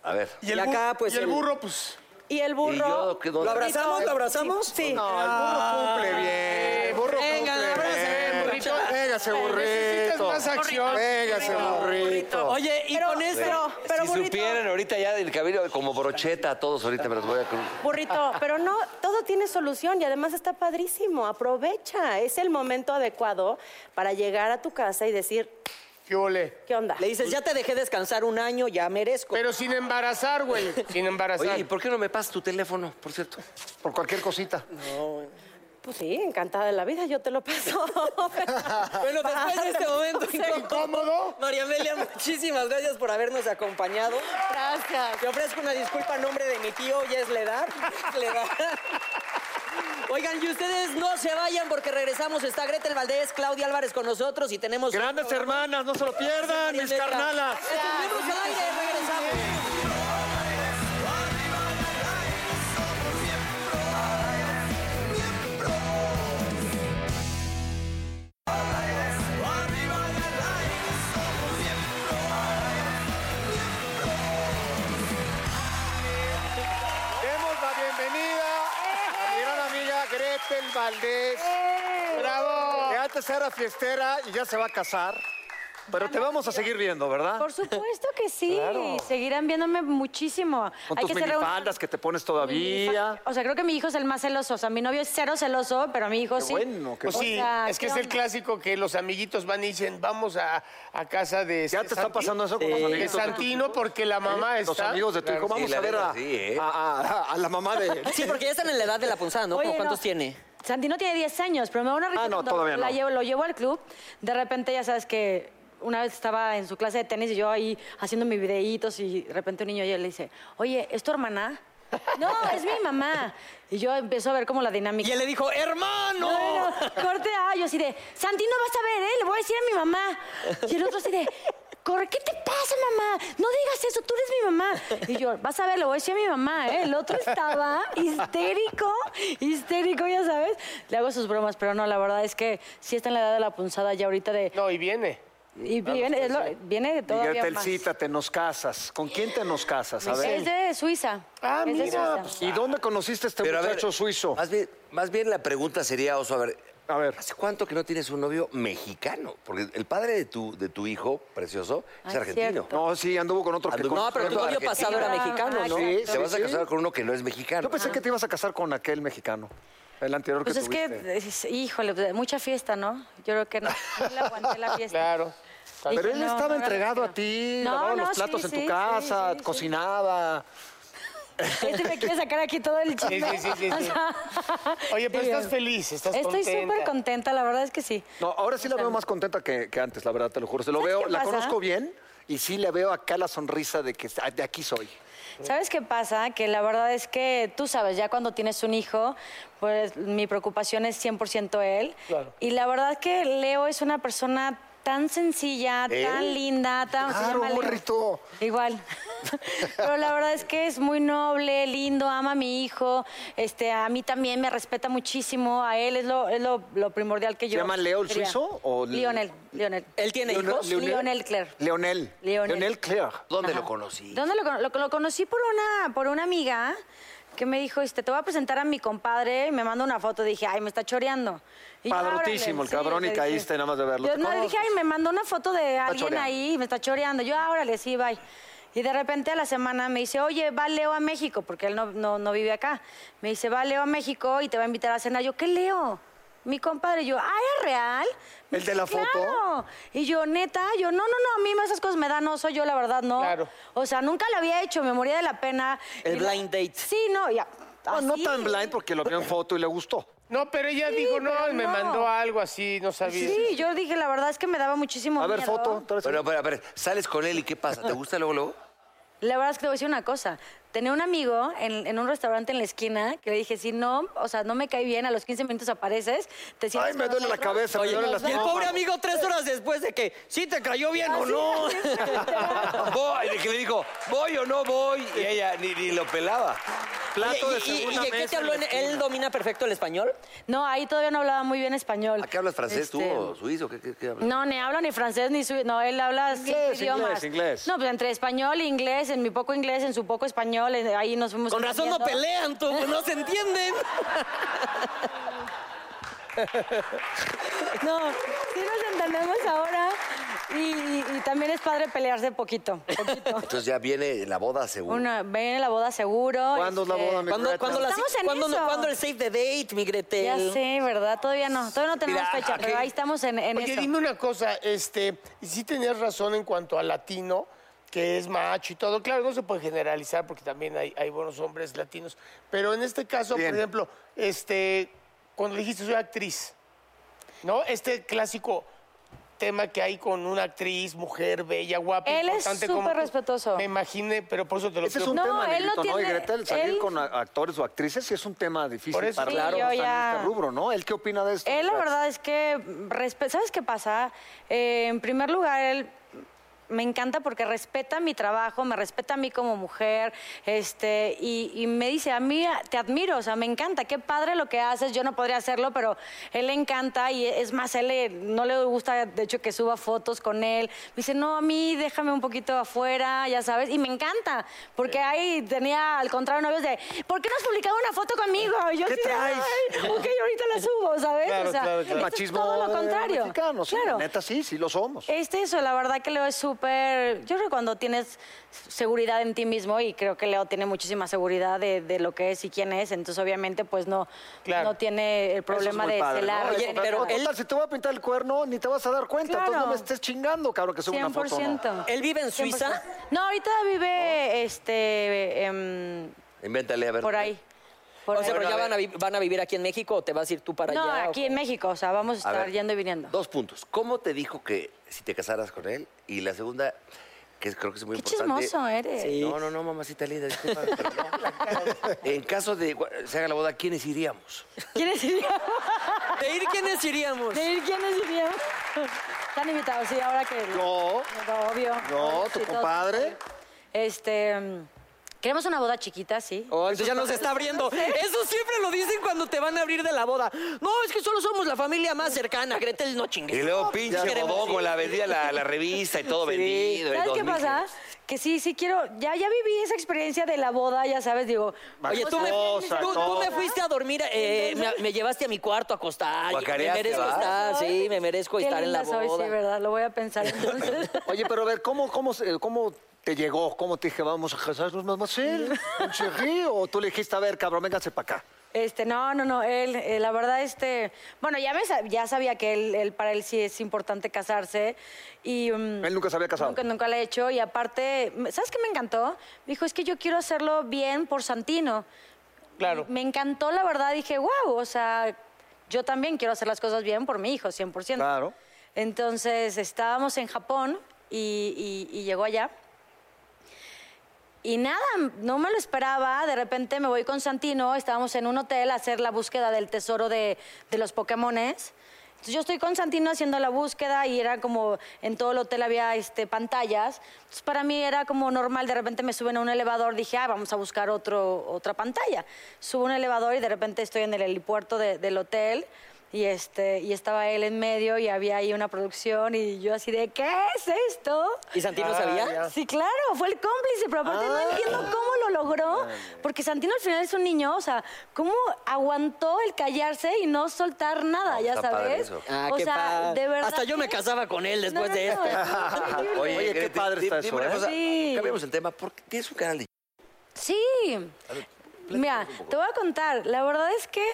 D: a ver.
E: Y el,
C: Y acá,
E: bu-
C: pues,
E: y el
C: el-
E: burro, pues.
G: Y el burro. Eh,
D: ¿Y yo qué- dónde?
C: ¿Lo abrazamos? ¿Lo abrazamos?
G: Sí.
F: No, el burro cumple bien. Eh, Burro
C: Venga, abracen,
F: cumple
C: burrito.
F: bien. Venga,
H: Eh,
F: ese
E: Necesitas
F: burrito.
E: más acción.
F: Venga, ese burrito.
C: Oye, y con este.
G: Pero, pero
D: si
G: burrito.
D: supieran ahorita ya del cabello como brocheta a todos ahorita me los voy a cruz.
G: Burrito, pero no, todo tiene solución y además está padrísimo. Aprovecha, es el momento adecuado para llegar a tu casa y decir,
E: ¿Qué ole?
G: ¿qué onda?
C: Le dices, ya te dejé descansar un año, ya merezco.
E: Pero sin embarazar, güey. Sin embarazar.
D: Oye, ¿y por qué no me pasas tu teléfono, por cierto?
F: Por cualquier cosita.
G: Pues sí, encantada de la vida, yo te lo paso.
C: Bueno, después de este momento
E: ¿Incómodo?
C: María Amelia, muchísimas gracias por habernos acompañado.
G: Gracias.
C: Te ofrezco una disculpa a nombre de mi tío, ya es la edad. es la edad. Oigan, y ustedes no se vayan porque regresamos. Está Gretel Valdés, Claudia Álvarez con nosotros y tenemos...
I: Grandes hermanas, no se lo pierdan, mis carnalas.
C: Estuvimos al aire, regresamos.
E: Demos la bienvenida a mi gran amiga Gretel Valdés.
H: Eh.
E: ¡Bravo!
F: Que antes era fiestera y ya se va a casar. Pero te vamos a seguir viendo, ¿verdad?
H: Por supuesto que sí,
F: Claro.
H: seguirán viéndome muchísimo.
F: Con
H: Hay
F: tus
H: que ser un-
F: minifaldas que te pones todavía.
H: O sea, creo que mi hijo es el más celoso. O sea, mi novio es cero celoso, pero mi hijo
F: Qué
H: sí.
F: bueno, qué
E: Pues
H: O
E: sí,
H: sea,
E: es que
H: ¿qué
E: es el
H: onda?
E: clásico que los amiguitos van y dicen, vamos a, a casa de...
F: ¿Ya te está
E: Santi-
F: pasando eso con los
E: de
F: amiguitos de tu
E: Santino porque la mamá
F: Los
E: está...
F: amigos de tu hijo,
D: Claro,
F: vamos
D: sí, la
F: a ver
D: neta,
F: a,
D: sí, ¿eh?
F: a- a- a la mamá de...
C: Sí, porque ya están en la edad de la punzada, ¿no?
H: Oye,
C: ¿Cómo ¿Cuántos
H: no.
C: tiene?
H: Santino tiene 10 años, pero me da una risa
F: Ah, no,
H: cuando
F: todavía
H: la
F: no.
H: llevo- lo llevo al club. De repente, ya sabes que una vez estaba en su clase de tenis y yo ahí haciendo mis videitos y de repente un niño ya le dice, oye, ¿es tu hermana? no, es mi mamá. Y yo empiezo a ver como la dinámica.
C: Y él le dijo, hermano.
H: No, no, corte A, yo así de, Santi, no vas a ver, ¿eh? Le voy a decir a mi mamá. Y el otro así de, corre, ¿qué te pasa, mamá? No digas eso, tú eres mi mamá. Y yo, vas a ver, le voy a decir a mi mamá, ¿eh? El otro estaba histérico, histérico, ya sabes. Le hago sus bromas, pero no, la verdad es que sí está en la edad de la punzada ya ahorita de...
E: No, y viene.
H: Y viene, es lo- viene
F: Miguel
H: todavía más.
F: Telcita, te nos casas. ¿Con quién te nos casas? A
H: Es
F: ver.
H: de Suiza.
E: Ah,
H: es de
E: mira,
H: Suiza.
E: pues,
F: ¿Y dónde conociste a este
D: Pero a ver,
F: muchacho suizo?
D: Más bien, más bien la pregunta sería, Oso, a ver,
F: A ver.
D: ¿hace cuánto que no tienes un novio mexicano? Porque el padre de tu, de tu hijo, precioso, es
H: Ah,
D: argentino.
H: cierto.
F: No, sí, anduvo con otro que...
D: Anduvo-
F: con-
C: No, pero tu novio
D: Argentina.
C: pasado era mexicano, ¿no?
F: Sí,
D: Te vas a
F: sí.
D: casar con Ah. uno que no es mexicano.
F: Yo pensé que te ibas a casar con aquel mexicano, el anterior
H: Pues
F: que
H: es que,
F: tuviste.
H: es- híjole, pues, mucha fiesta, ¿no? Yo creo que no, no le aguanté la fiesta.
E: Claro.
H: Dije,
F: Pero él
H: no,
F: estaba
H: no, no,
F: entregado
H: no.
F: a ti,
H: No,
F: lavaba
H: no,
F: los platos
H: sí,
F: en tu
H: sí,
F: casa,
H: sí, sí,
F: cocinaba.
H: sí. Este me quiere sacar aquí todo el
E: Sí,
H: chisme.
E: sí, sí, sí,
H: O
E: sí.
H: sea,
E: Oye, pero
H: digo,
E: estás feliz, estás
H: eh, Estoy súper
E: contenta.
H: contenta, la verdad es que sí.
F: No, ahora sí la veo más contenta que, que antes, la verdad, te lo juro. Se lo
H: ¿Sabes
F: veo,
H: qué
F: la
H: pasa?
F: conozco bien y sí le veo acá la sonrisa de que ah, de aquí soy.
H: ¿Sabes qué pasa? Que la verdad es que tú sabes, ya cuando tienes un hijo, pues mi preocupación es 100% él.
E: Claro.
H: Y la verdad que Leo es una persona tan sencilla, tan linda, tan... se
F: Claro,
H: llama Leo.
F: burrito.
H: Igual. Pero la verdad es que es muy noble, lindo, ama a mi hijo. Este, a mí también me respeta muchísimo. A él es lo, es lo, lo primordial que yo.
F: llama Leo el
H: quería.
F: suizo o Leo?
H: Lionel, Lionel.
C: ¿Él tiene hijos?
H: Lionel, Claire.
F: Leonel.
H: Leonel.
F: Leonel Claire.
D: ¿Dónde lo conocí?
H: ¿Dónde lo, con- lo- lo conocí por una, por una amiga que me dijo, este, te voy a presentar a mi compadre, y me manda una foto, dije, ay, me está choreando. Y yo,
F: Padrotísimo,
H: "Órale".
F: el cabrón, y
H: le
F: caíste
H: dije.
F: nada más de verlo.
H: Yo,
F: Te
H: no, le dije, ay, me mandó una foto de alguien
F: choreando.
H: ahí, me está choreando. Yo, "Ah, órale, sí, bye. Y de repente a la semana me dice, oye, va Leo a México, porque él no, no, no vive acá. Me dice, va Leo a México y te va a invitar a cenar. Yo, ¿qué Leo? Mi compadre, yo, ah, ¿es real? Me
F: ¿El
H: dice,
F: de la foto?
H: "Claro". Y yo, neta, yo, no, no, no, a mí esas cosas me dan oso, yo la verdad no.
E: Claro.
H: O sea, nunca la había hecho, me moría de la pena.
C: El
H: Y la-
C: blind date.
H: Sí, no, ya.
F: No, Ah, no
H: así.
F: tan blind porque lo vio en foto y le gustó.
E: No, pero ella
H: Sí,
E: dijo, no,
H: pero
E: me
H: no.
E: mandó algo así, no sabía.
H: Sí, yo dije, la verdad es que me daba muchísimo
F: A ver,
H: miedo.
F: foto. otra vez.
D: Bueno, a ver, a ver, sales con él y ¿qué pasa? ¿Te gusta luego, luego?
H: La verdad es que te voy a decir una cosa. Tenía un amigo en, en un restaurante en la esquina que le dije, si no, o sea, no me cae bien, a los 15 minutos apareces, te sientas
F: Ay, me
H: con
F: duele la
H: nosotros".
F: cabeza, me
H: Oye,
F: duele
H: nos
F: las
C: Y el
H: vemos.
C: pobre amigo tres horas después de que, ¿sí te cayó bien o no?
D: Voy, de que le dijo, ¿voy o no voy? Y ella ni, ni lo pelaba.
I: Plato
C: Oye,
I: de
C: ¿Y, y-
I: segunda
C: y en qué te
I: mesa en
C: habló?
I: la esquina.
C: ¿Él domina perfecto el español?
H: No, ahí todavía no hablaba muy bien español.
D: ¿A qué hablas francés tú
H: Este,
D: o suizo? ¿Qué, qué- qué hablas?
H: No, ni habla ni francés ni su... No, él habla cinco
I: Inglés,
H: idiomas.
I: inglés, inglés.
H: No, pues entre español e inglés, en mi poco inglés, en su poco español, en- ahí nos fuimos...
C: Con razón no
H: entendiendo.
C: pelean, tú, pues, no se entienden.
H: No, sí nos entendemos ahora y, y- y también es padre pelearse poquito, poquito.
D: Entonces ya viene la boda seguro.
H: Una, ven la boda seguro.
F: ¿Cuándo es la
H: este,
F: boda, mi
C: ¿Cuándo,
F: Greta?
C: cuándo la-
H: Estamos en
C: cuándo-
H: eso.
C: cuándo el save the date, mi Gretel?
H: Ya sé, ¿verdad? Todavía no, todavía no tenemos
D: Mira,
H: fecha, pero
D: aquí-
H: ahí estamos en, en
E: Oye,
H: eso.
E: dime una cosa, este, y sí tenías razón en cuanto al latino, que es macho y todo. Claro, no se puede generalizar porque también hay, hay buenos hombres latinos. Pero en este caso,
F: Bien.
E: por ejemplo, este, cuando dijiste soy actriz, ¿no? Este clásico tema que hay con una actriz, mujer, bella, guapa,
H: Él es
E: importante como
H: súper
E: tú.
H: respetuoso.
E: Me imaginé, pero por eso te lo
F: Ese es un
H: No,
F: tema,
H: él no
F: negrito, ¿no? Y
H: tiene-
F: Gretel, salir
H: él-
F: con a- actores o actrices sí es un tema difícil
E: Por eso-
F: para
E: Sí,
F: claro,
H: yo
F: no está en
H: ya-
F: este rubro, ¿no? ¿Él qué opina de esto? pues.
H: Él, la
F: Gracias.
H: verdad es que, respe- ¿sabes qué pasa? Eh, en primer lugar, él me encanta porque respeta mi trabajo, me respeta a mí como mujer, este, y, y me dice, a mí a- te admiro, o sea, me encanta, qué padre lo que haces, yo no podría hacerlo, pero él le encanta y es más, él le- no le gusta, de hecho, que suba fotos con él. Me dice, no, a mí déjame un poquito afuera, ya sabes, y me encanta, porque ahí tenía, al contrario, novios de, ¿por qué no has publicado una foto conmigo? Y yo
F: ¿Qué
H: así de,
F: traes?
H: "Ay, ok, ahorita la subo, ¿sabes?
E: Claro,
H: o sea,
E: claro, claro.
H: esto es
F: machismo
H: todo lo
F: eh,
H: contrario.
F: mexicano, sí,
H: claro.
F: neta sí, sí lo somos.
H: Este eso, la verdad que Leo es súper. Yo creo que cuando tienes seguridad en ti mismo, y creo que Leo tiene muchísima seguridad de, de lo que es y quién es, entonces obviamente pues no,
E: Claro.
H: no tiene el
F: Eso es
H: problema
F: muy
H: de
F: padre,
H: celar.
F: ¿no?
C: Oye,
F: Eso,
C: pero
F: no, total,
C: él-
F: si te voy a pintar el cuerno, ni te vas a dar cuenta.
H: Claro.
F: Entonces no me estés chingando, cabrón, que suba una foto. ¿no?
H: 100%.
C: ¿Él vive en Suiza?
H: 100%. No, ahorita vive este em,
D: Invéntale, a ver.
H: por ahí. Por
C: o sea,
H: ahí.
C: pero ya van a, vi- van a vivir aquí en México o te vas a ir tú para
H: No,
C: allá. o
H: aquí en
C: cómo?
H: México, o sea, vamos a
D: A
H: estar
D: ver,
H: yendo y viniendo.
D: Dos puntos. ¿Cómo te dijo que si te casaras con él? Y la segunda, que creo que es muy
H: Qué
D: importante.
H: chismoso eres.
C: Sí.
D: No, no, no, mamacita linda, disculpa. pero no. en caso de que se haga la boda, ¿quiénes iríamos?
H: ¿Quiénes iríamos?
C: ¿De ir quiénes iríamos?
H: ¿De ir quiénes iríamos? Están invitados, sí, ahora que...
F: No,
H: No, obvio.
F: no,
H: Obvio,
F: tu
H: sí, todos.
F: compadre.
H: Este, mm, queremos una boda chiquita, sí.
C: Oh, entonces ya nos está abriendo. Eso siempre lo dicen cuando te van a abrir de la boda. No, es que solo somos la familia más cercana. Gretel, no
D: Y
C: chingues.
D: luego pinche
C: queremos
D: bodón
C: ir.
D: con la vendía la, la revista y todo vendido. el
H: ¿Sabes qué
D: 2000.
H: pasa? Que sí, sí quiero, ya, ya viví esa experiencia de la boda, ya sabes, digo,
C: Oye, tú me,
F: Cosa,
C: tú- tú
F: cosa.
C: me fuiste a dormir, eh, me, me llevaste a mi cuarto a acostar. y Me
D: Guacareaste,
C: merezco
D: ¿va?
C: estar, Ah, sí, me merezco
H: qué
C: estar en la
H: linda soy,
C: boda.
H: sí, verdad, lo voy a pensar entonces.
F: Oye, pero a ver, ¿cómo, cómo, se- cómo te llegó? ¿Cómo te dije, vamos a casarnos, mamá? ¿Un chirrí? ¿O tú le dijiste, a ver, cabrón, véngase para acá?
H: Este, no, no, no, él, eh, la verdad, este, bueno, ya, me, sa- ya sabía que él, él- para él sí es importante casarse y... mm,
F: Él nunca se había casado.
H: Nunca, nunca la he hecho y aparte, me- ¿sabes qué me encantó? Me dijo, es que yo quiero hacerlo bien por Santino.
E: Claro.
H: Me encantó, la verdad, dije, wow, o sea, yo también quiero hacer las cosas bien por mi hijo, 100%.
F: Claro.
H: Entonces, estábamos en Japón y, y- y llegó allá. Y nada, no me lo esperaba. De repente me voy con Santino, estábamos en un hotel a hacer la búsqueda del tesoro de, de los Pokémones. Entonces yo estoy con Santino haciendo la búsqueda y era como en todo el hotel había este, pantallas. Entonces para mí era como normal, de repente me suben a un elevador, dije, ah, vamos a buscar otro, otra pantalla. Subo a un elevador y de repente estoy en el helipuerto de- del hotel y, este, y estaba él en medio y había ahí una producción y yo así de, ¿qué es esto?
C: ¿Y Santino sabía?
H: Sí, claro, fue el cómplice, pero aparte
D: Ah.
H: no entiendo cómo lo logró, porque Santino al final es un niño, o sea, cómo aguantó el callarse y no soltar nada,
D: No,
H: ya
D: está padre
H: sabes.
D: eso.
C: Ah,
H: o
C: qué
H: sea,
C: padre.
H: de verdad.
C: Hasta yo me
H: que-
C: casaba con él después
H: No,
C: de este.
H: no,
C: esto.
H: es increíble.
D: Oye,
F: Oye, qué
D: Grete,
F: padre
D: di-
F: está
D: dime
F: eso,
D: una
F: ¿eh?
D: cosa,
H: Sí.
D: Cambiamos el tema. porque tienes un canal de
H: Sí. Mira, te voy a contar, la verdad es que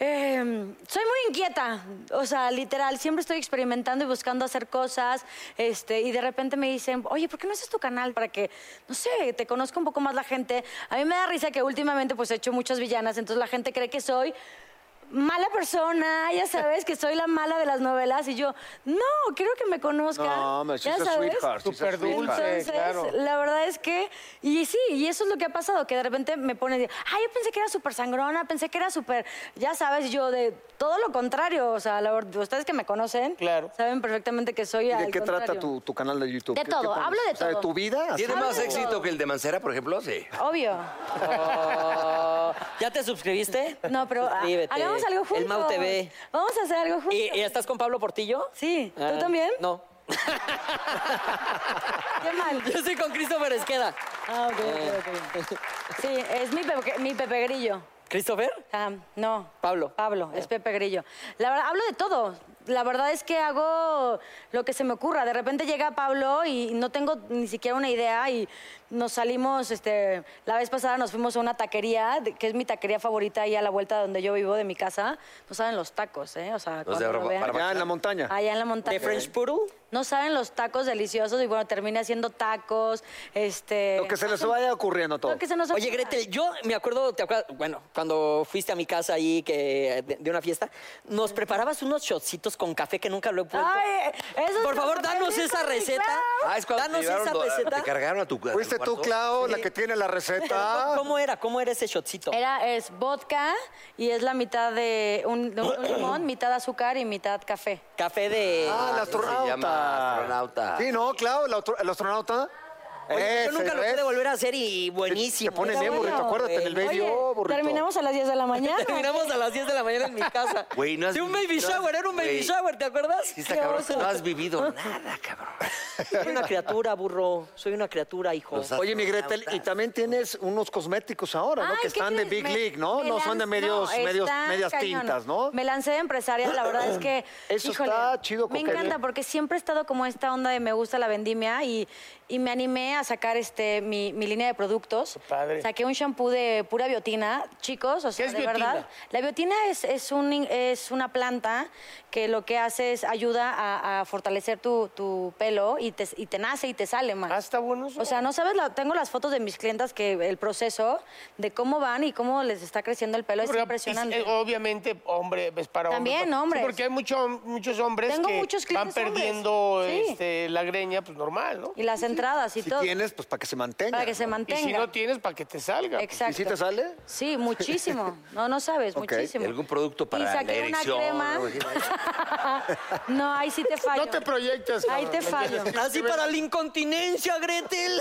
H: eh, soy muy inquieta, o sea, literal, siempre estoy experimentando y buscando hacer cosas, este, y de repente me dicen, oye, ¿por qué no haces tu canal para que, no sé, te conozca un poco más la gente? A mí me da risa que últimamente pues he hecho muchas villanas, entonces la gente cree que soy mala persona, ya sabes que soy la mala de las novelas y yo, no, quiero que me conozcan.
F: No, me
H: ya
F: she's a
H: sabes.
F: sweetheart, she's a
E: Súper dulce,
F: sweetheart.
H: Entonces,
E: claro.
H: la verdad es que, y sí, y eso es lo que ha pasado, que de repente me ponen, de, ay, yo pensé que era súper sangrona, pensé que era súper, ya sabes, yo de todo lo contrario, o sea, la verdad, ustedes que me conocen,
E: Claro.
H: saben perfectamente que soy
F: ¿Y
H: al
F: ¿De qué trata
H: contrario.
F: tu, tu canal de YouTube?
H: De
F: ¿Qué- qué
H: todo,
F: pones?
H: hablo de
F: O sea,
H: todo.
F: tu vida? así.
D: ¿Tiene
H: Hablo
D: más
H: de
D: éxito
H: todo.
D: que el de Mancera, por ejemplo? Sí.
H: Obvio.
C: ¿Ya te suscribiste?
H: No, pero ah,
C: Suscríbete.
H: hagamos algo juntos.
C: El Mau TV.
H: Vamos a hacer algo juntos.
C: ¿Y, y estás con Pablo Portillo?
H: Sí, ¿tú
C: Ah,
H: también?
C: No.
H: Qué mal.
C: Yo estoy con Christopher Esqueda.
H: Ah, ok, ok, ok. Sí, es mi Pepe, mi Pepe Grillo.
C: ¿Christopher?
H: Ah, no.
C: Pablo.
H: Pablo,
F: Eh.
H: es Pepe Grillo. La verdad, hablo de todo. La verdad es que hago lo que se me ocurra. De repente llega Pablo y no tengo ni siquiera una idea y nos salimos, este, la vez pasada nos fuimos a una taquería, de- que es mi taquería favorita ahí a la vuelta donde yo vivo de mi casa. No saben los tacos, ¿eh? O sea,
D: Los de
H: cuando lo
D: Barba-
H: vean-
D: Barbacoa.
F: Allá en la montaña.
H: Allá en la montaña.
C: ¿De French Poodle?
H: No saben los tacos deliciosos y bueno, terminé haciendo tacos, este...
F: Lo que se les vaya ocurriendo todo.
H: Lo que se nos
C: Oye,
H: ocurra.
C: Gretel, yo me acuerdo, te acuerdas, bueno, cuando fuiste a mi casa ahí que, de, de una fiesta, nos preparabas unos shotcitos con café que nunca lo he puesto.
H: Ay, eso
C: Por
H: está
C: favor, danos
H: padrísimo,
C: esa
H: mi
C: receta.
H: Clau.
D: Ah, es cuando
C: danos
D: te, llevaron
C: esa
D: lo-
C: receta.
D: te cargaron a tu casa.
F: ¿Fuiste tú, Clau, la que tiene la receta?
C: ¿Cómo- ¿Cómo era? ¿Cómo era ese shotcito?
H: Era, es vodka y es la mitad de un, de un limón, mitad azúcar y mitad café.
C: Café de...
F: Ah, el astronauta.
D: Se llama astronauta.
F: Sí, no, claro, el autro- el astronauta.
C: Oye, yo
F: Ese,
C: nunca lo
F: ¿ves?
C: pude volver a hacer y buenísimo.
F: Te ponen
C: Está
F: bien, burrito,
C: bueno,
F: acuérdate, en el
C: güey.
F: baby.
H: Oye,
F: oh, burrito.
H: terminamos a las 10 de la mañana.
C: Terminamos a las 10 de la mañana en mi casa.
D: Güey, no has
C: de un
D: vi-
C: baby
D: no has-
C: shower, era un baby
D: güey.
C: shower, ¿te acuerdas?
D: Sí, está
C: Qué
D: cabrón.
C: oso.
D: No has vivido nada, cabrón.
C: Soy una criatura, burro. Soy una criatura, hijo.
D: Los
F: Oye, mi Gretel, y
D: astronautas.
F: también tienes unos cosméticos ahora, ¿no?
H: Ay,
F: Que
H: ¿qué
F: están de
H: crees?
F: Big
H: Me-
F: League, ¿no?
H: me
F: No son de
H: lanz-
F: medios,
H: no,
F: medios,
H: están
F: medias
H: cañón.
F: tintas, ¿no?
H: Me lancé de empresaria, la verdad es que.
F: Eso está chido,
H: Me
F: coquete.
H: encanta porque siempre he estado como esta onda de me gusta la vendimia y, y me animé a sacar este mi, mi línea de productos.
E: padre.
H: Saqué un shampoo de pura biotina, chicos, o sea,
E: es
H: de
E: biotina?
H: verdad. La biotina es, es, un in- es una planta que lo que hace es ayuda a, a fortalecer tu, tu pelo y te, y te nace y te sale más.
E: Ah, está bueno eso.
H: O sea, no sabes, la- tengo las fotos de mis clientas que el proceso de cómo van y cómo les está creciendo el pelo es
E: Porque,
H: impresionante.
E: eh, obviamente, hombre, es para hombres.
H: También
E: pa- sí,
H: hombres.
E: porque hay mucho- muchos hombres
H: Tengo
E: que
H: muchos
E: van
H: clientes hombres.
E: perdiendo
H: Sí.
E: este, la greña, pues normal, ¿no?
H: y las entradas y
F: Si
H: todo.
F: tienes, pues para que se mantenga.
H: para que se
F: ¿no?
E: Y
H: mantenga.
E: si no tienes, para que te salga. pues.
H: Exacto.
F: ¿Y si te sale?
H: Sí, muchísimo. No, no sabes,
F: Ok.
H: muchísimo.
D: ¿Algún producto para
H: y
D: la
H: saqué
D: erección?
H: Una crema. no, ahí sí te fallo.
E: No te proyectes.
H: Ahí te
E: cabrón.
H: fallo.
C: Así para la incontinencia, Gretel.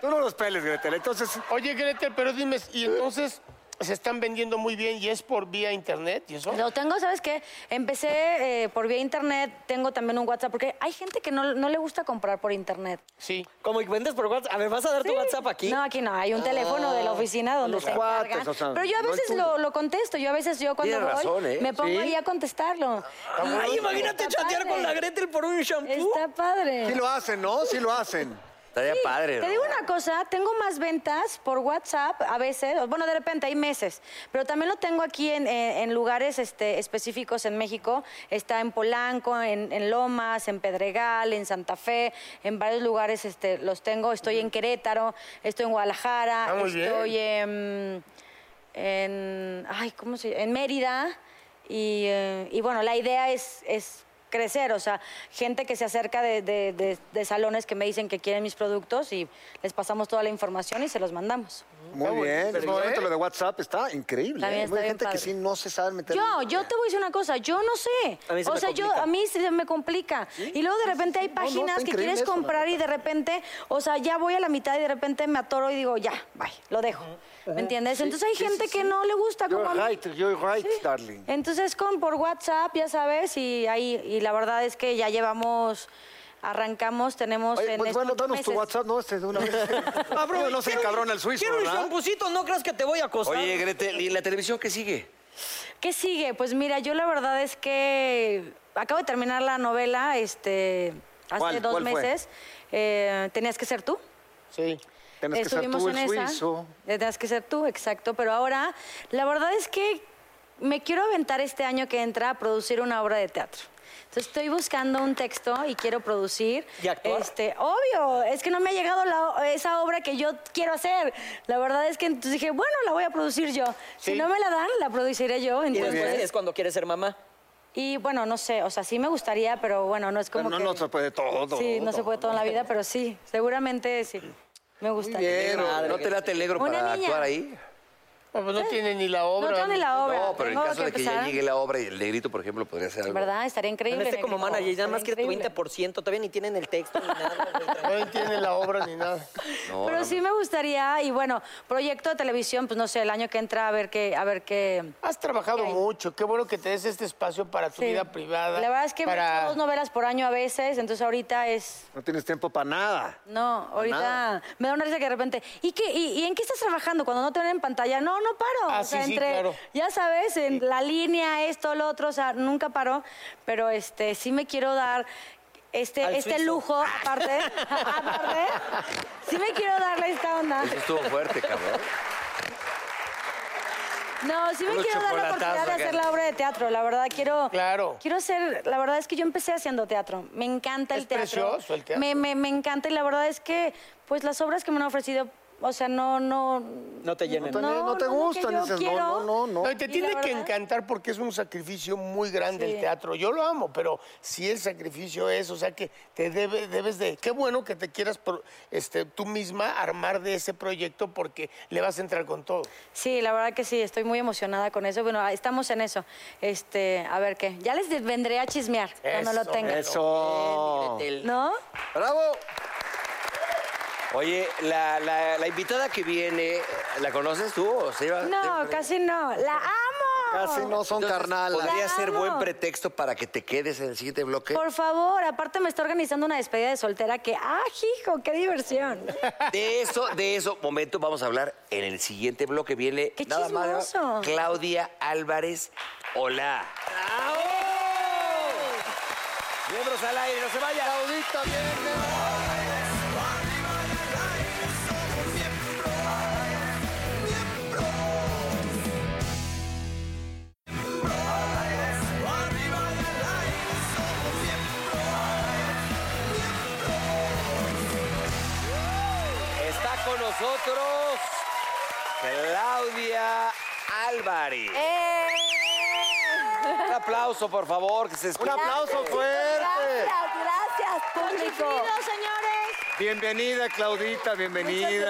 F: Tú no los peles, Gretel. Entonces,
E: Oye, Gretel, pero dime, ¿y entonces se están vendiendo muy bien y es por vía internet y eso?
H: Lo tengo, ¿sabes qué? Empecé eh, por vía internet, tengo también un WhatsApp, porque hay gente que no, no le gusta comprar por internet.
E: Sí.
C: Como que vendes por WhatsApp. A ver, ¿vas a dar tu WhatsApp aquí?
H: No, aquí no, hay un teléfono de la oficina donde
F: los
H: se
F: cuates,
H: encargan.
F: o sea,
H: Pero yo a
F: no el
H: veces
F: tuyo.
H: lo, lo contesto, yo a veces yo cuando
D: Tienes
H: voy
D: razón, ¿eh?
H: me pongo
F: Sí.
H: ahí a contestarlo. Y-
C: Ay,
H: y
C: imagínate
H: está
C: chatear
H: padre.
C: con la Gretel por un shampoo.
H: Está padre.
F: sí lo hacen, ¿no? Sí lo hacen.
D: Estaría
H: Sí,
D: padre,
H: Te
D: ¿no?
H: digo una cosa, tengo más ventas por WhatsApp a veces, o bueno, de repente hay meses, pero también lo tengo aquí en, en- en lugares este, específicos en México. Está en Polanco, en, en Lomas, en Pedregal, en Santa Fe, en varios lugares este, los tengo. Estoy en Querétaro, estoy en Guadalajara,
E: Ah, muy bien.
H: estoy en, en- ay, ¿cómo se llama? En Mérida. Y, eh, y bueno, la idea es, es crecer, o sea, gente que se acerca de, de- de- de salones que me dicen que quieren mis productos y les pasamos toda la información y se los mandamos.
F: Muy bien. En este momento lo de WhatsApp está increíble.
H: ¿eh? También
F: ¿eh?
H: está
F: Hay
H: bien
F: gente que
H: padre.
F: sí no se sabe meter.
H: Yo, yo te voy a decir una cosa, yo no sé.
C: A mí se
H: o
C: me
H: sea, yo
C: complica.
H: a mí se me complica. Y luego de repente hay
F: No, no, está
H: páginas que
F: increíble
H: quieres
F: eso, la
H: comprar y de repente, o sea, ya voy a la mitad y de repente me atoro y digo, ya, bye, lo dejo. ¿Me entiendes? Entonces hay gente que no le gusta como a mí.
F: You're right, you're right,
H: Sí.
F: darling.
H: Entonces con por WhatsApp, ya sabes, y ahí y la verdad es que ya llevamos arrancamos, tenemos
F: Oye,
H: en
F: pues
H: estos
F: bueno, danos tu
H: meses.
F: WhatsApp, ¿no? Este de una vez. Digo, no se cabrón el suizo,
C: Quiero un
F: ¿verdad?
C: champucito, no creas que te voy a costar.
D: Oye, Gretel, ¿y la televisión qué sigue?
H: ¿Qué sigue? Pues mira, yo la verdad es que acabo de terminar la novela este hace
F: ¿Cuál?
H: dos
F: ¿Cuál fue?
H: meses. Eh, Tenías que ser tú.
E: Sí.
F: Tienes que ser
H: Estuvimos
F: tú el
H: en esa.
F: suizo.
H: Tenías que ser tú, exacto. Pero ahora, la verdad es que me quiero aventar este año que entra a producir una obra de teatro. Entonces estoy buscando un texto y quiero producir.
C: ¿Y actuar?
H: Este, obvio, es que no me ha llegado la o- esa obra que yo quiero hacer. La verdad es que entonces dije, bueno, la voy a producir yo. Si
E: Sí.
H: no me la dan, la produciré yo.
C: Y
H: entonces- pues,
C: después es cuando quieres ser mamá.
H: y bueno, no sé, o sea, sí me gustaría, pero bueno, no es como
F: Pero no,
H: que...
F: no se puede todo.
H: Sí, no se puede todo en la vida, pero sí, seguramente sí. Me gustaría.
D: Negro,
C: Madre,
D: ¿No
C: qué
D: te late el negro
H: Una
D: para
H: niña.
D: actuar ahí?
E: No, pues no tiene ni la obra.
H: No tengo ni la obra.
D: No, pero en
H: tengo
D: caso de que ya
H: empezar.
D: llegue la obra y el negrito, por ejemplo, podría ser algo.
H: ¿Verdad? Estaría increíble.
C: Este como
H: negrito.
C: manager, nada más
H: Estaría
C: quieres tu
H: increíble.
C: 20%, todavía ni tienen el texto ni nada. güey, tranquilo.
E: No tiene la obra ni nada.
D: No,
H: Pero
D: no,
H: sí me gustaría, y bueno, proyecto de televisión, pues no sé, el año que entra, a ver qué, a ver qué.
E: Has trabajado
H: Ok.
E: mucho. Qué bueno que te des este espacio para tu
H: Sí.
E: vida privada.
H: La verdad es que me
E: para...
H: echo dos novelas por año a veces, entonces ahorita es.
F: No tienes tiempo para nada.
H: No, ahorita
F: nada.
H: me da una risa que de repente. ¿Y, qué, y, y en qué estás trabajando cuando no te ven en pantalla? No, no paro.
E: Ah,
H: o sea,
E: sí, sí,
H: entre,
E: claro.
H: ya sabes, en la línea, esto, lo otro, o sea, nunca paro. Pero este, sí me quiero dar
C: Al
H: este, este
C: suizo.
H: lujo, aparte, aparte, sí me quiero darle esta onda.
D: Eso estuvo fuerte, cabrón.
H: No, sí me
D: Unos
H: quiero dar la
D: chocolatazos
H: oportunidad de
D: acá.
H: hacer la obra de teatro. La verdad, quiero.
E: Claro.
H: Quiero hacer. La verdad es que yo empecé haciendo teatro. Me encanta el
E: Es
H: teatro.
E: precioso el teatro.
H: Me, me- me encanta y la verdad es que, pues, las obras que me han ofrecido, o sea, no, no.
C: No te llenen.
F: No,
H: No, no,
F: no te
H: no, que
F: gustan.
H: yo
F: dices,
H: quiero.
F: no, no, no,
E: No,
F: no.
E: y te
H: Y la
E: tiene que
H: verdad-
E: encantar porque es un sacrificio muy grande
H: Sí.
E: el teatro. Yo lo amo, pero sí el sacrificio es, o sea que te debe- debes de... Qué bueno que te quieras pro- este, tú misma armar de ese proyecto porque le vas a entrar con todo.
H: Sí, la verdad que sí, estoy muy emocionada con eso. Bueno, estamos en eso. Este, a ver qué. Ya les vendré a chismear cuando lo
E: Eso,
H: tenga.
F: Eso.
H: ¿No?
D: ¡Bravo! Oye, la, la- la invitada que viene, ¿la conoces tú? o se lleva-
H: No, casi no. ¡La amo!
F: Casi no son
D: Entonces,
F: carnalas.
D: Podría
H: La
D: ser buen
H: amo.
D: pretexto para que te quedes en el siguiente bloque.
H: Por favor, aparte me está organizando una despedida de soltera que, ¡ah, hijo, qué diversión!
D: De eso, de eso, momento, vamos a hablar en el siguiente bloque. Viene
H: ¡Qué
D: nada más
H: chismoso!
D: Claudia Álvarez. Hola. Miembros al aire, no se vayan. Está con nosotros Claudia Álvarez.
H: ¡Eh!
D: Un aplauso, por favor, que se escuche.
F: aplauso fuerte.
H: gracias, público. señores.
F: Bienvenida, Claudita, bienvenida.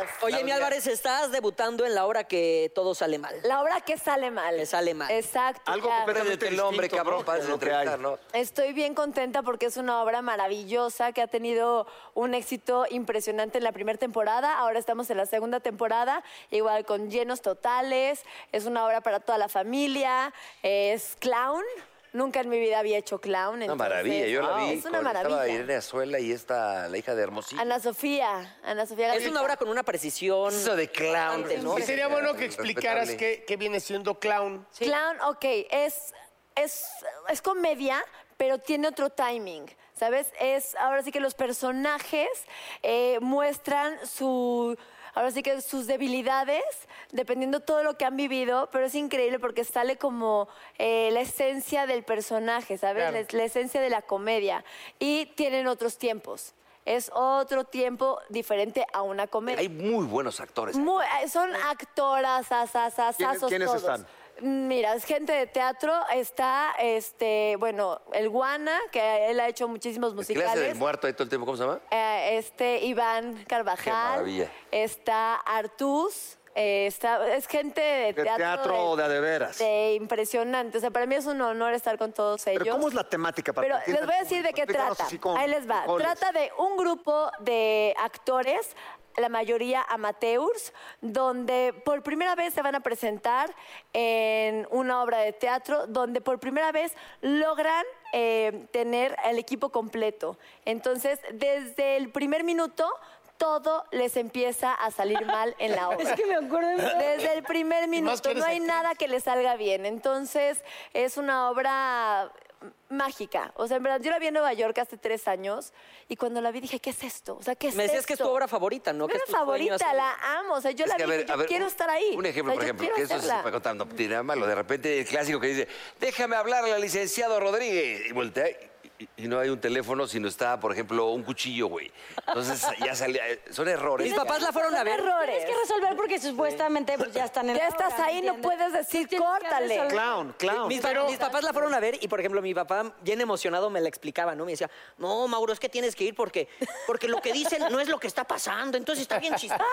J: Gracias.
C: Oye, mi Álvarez, estás debutando en la hora que todo sale mal.
J: La obra que sale mal.
C: Que sale mal.
J: Exacto.
F: Algo
J: ya.
F: completamente
D: Espérate el nombre,
F: distinto,
D: cabrón,
F: ¿no?
D: para
F: de lo que
D: entrevistar,
F: hay.
D: ¿no?
J: Estoy bien contenta porque es una obra maravillosa que ha tenido un éxito impresionante en la primera temporada. Ahora estamos en la segunda temporada, igual con llenos totales. Es una obra para toda la familia. Es clown. Nunca en mi vida había hecho clown.
D: Una
J: entonces-
D: maravilla, yo la vi.
J: Es una
D: con-
J: maravilla.
D: Estaba Irene Azuela y esta, la hija de Hermosillo.
J: Ana Sofía. Ana Sofía
C: Es
J: Gatica.
C: una obra con una precisión.
D: Eso de clown,
C: Antes,
D: ¿no?
E: Y sería bueno que
D: Respetable.
E: explicaras qué, qué viene siendo clown.
J: Clown, ok, es, es, es comedia, pero tiene otro timing, ¿sabes? Es, ahora sí que los personajes eh, muestran su... Ahora sí que sus debilidades, dependiendo todo lo que han vivido, pero es increíble porque sale como eh, la esencia del personaje, ¿sabes?
E: Claro.
J: La- la esencia de la comedia. Y tienen otros tiempos. Es otro tiempo diferente a una comedia.
D: Hay muy buenos actores.
J: Muy- eh, son actoras, asas,
F: ¿Quiénes- quiénes
J: todos.
F: están?
J: Mira, es gente de teatro. Está, este, bueno, el Guana, que él ha hecho muchísimos
D: ¿Qué le hace del
J: musicales.
D: muerto ahí todo el tiempo? ¿Cómo se llama?
J: Eh, este, Iván
D: Qué
J: Carvajal.
D: maravilla.
J: Está Artús. eh, está, es gente de
F: De
J: teatro.
F: teatro de a de veras.
J: de impresionante. O sea, para mí es un honor estar con todos ellos.
F: Pero ¿cómo es la temática? Para
J: Pero
F: que
J: les
F: entienda
J: voy a
F: el
J: decir de
F: público?
J: qué
F: Explícanos
J: trata.
F: así con
J: Ahí les va.
F: frijoles.
J: Trata de un grupo de actores, la mayoría amateurs, donde por primera vez se van a presentar en una obra de teatro, donde por primera vez logran eh, tener el equipo completo. Entonces, desde el primer minuto, todo les empieza a salir mal en la obra.
H: Es que me acuerdo.
J: Desde el primer
E: más que
J: minuto,
E: eres
J: no hay
E: actriz.
J: nada que le salga bien. Entonces, es una obra m- mágica. O sea, en verdad, yo la vi en Nueva York hace tres años y cuando la vi dije, ¿qué es esto? O sea, ¿qué es
C: Me decías que es tu
J: esto?".
C: obra favorita, ¿no?
J: Mi
C: Que es
J: obra
C: tu sueño
J: favorita,
C: hacer-
J: la amo. O sea, yo
D: Es
J: la
D: que,
J: vi
D: a ver,
J: dije,
D: a ver,
J: quiero estar ahí.
D: Un ejemplo,
J: O sea,
D: por
J: yo
D: ejemplo,
J: quiero
D: que eso se
J: hacerla.
D: está contando, tiene nada malo. De repente el clásico que dice, déjame hablarle al licenciado Rodríguez. Y voltea y, y- y no hay un teléfono, sino está, por ejemplo, un cuchillo, güey. Entonces ya salía. Son errores.
C: Mis papás la fueron a
J: Son
C: ver.
J: errores.
H: Tienes que resolver porque supuestamente pues, ya están en
J: Ya
H: la
J: estás
H: obra, ¿me
J: ahí, no
H: entiendes?
J: puedes decir,
H: tienes que
J: "Córtale".
H: resolver.
F: Clown, clown.
C: Mis, pa- mis papás la fueron a ver y, por ejemplo, mi papá, bien emocionado, me la explicaba, ¿no? Me decía, no, Mauro, es que tienes que ir porque, porque lo que dicen no es lo que está pasando, entonces está bien chistoso.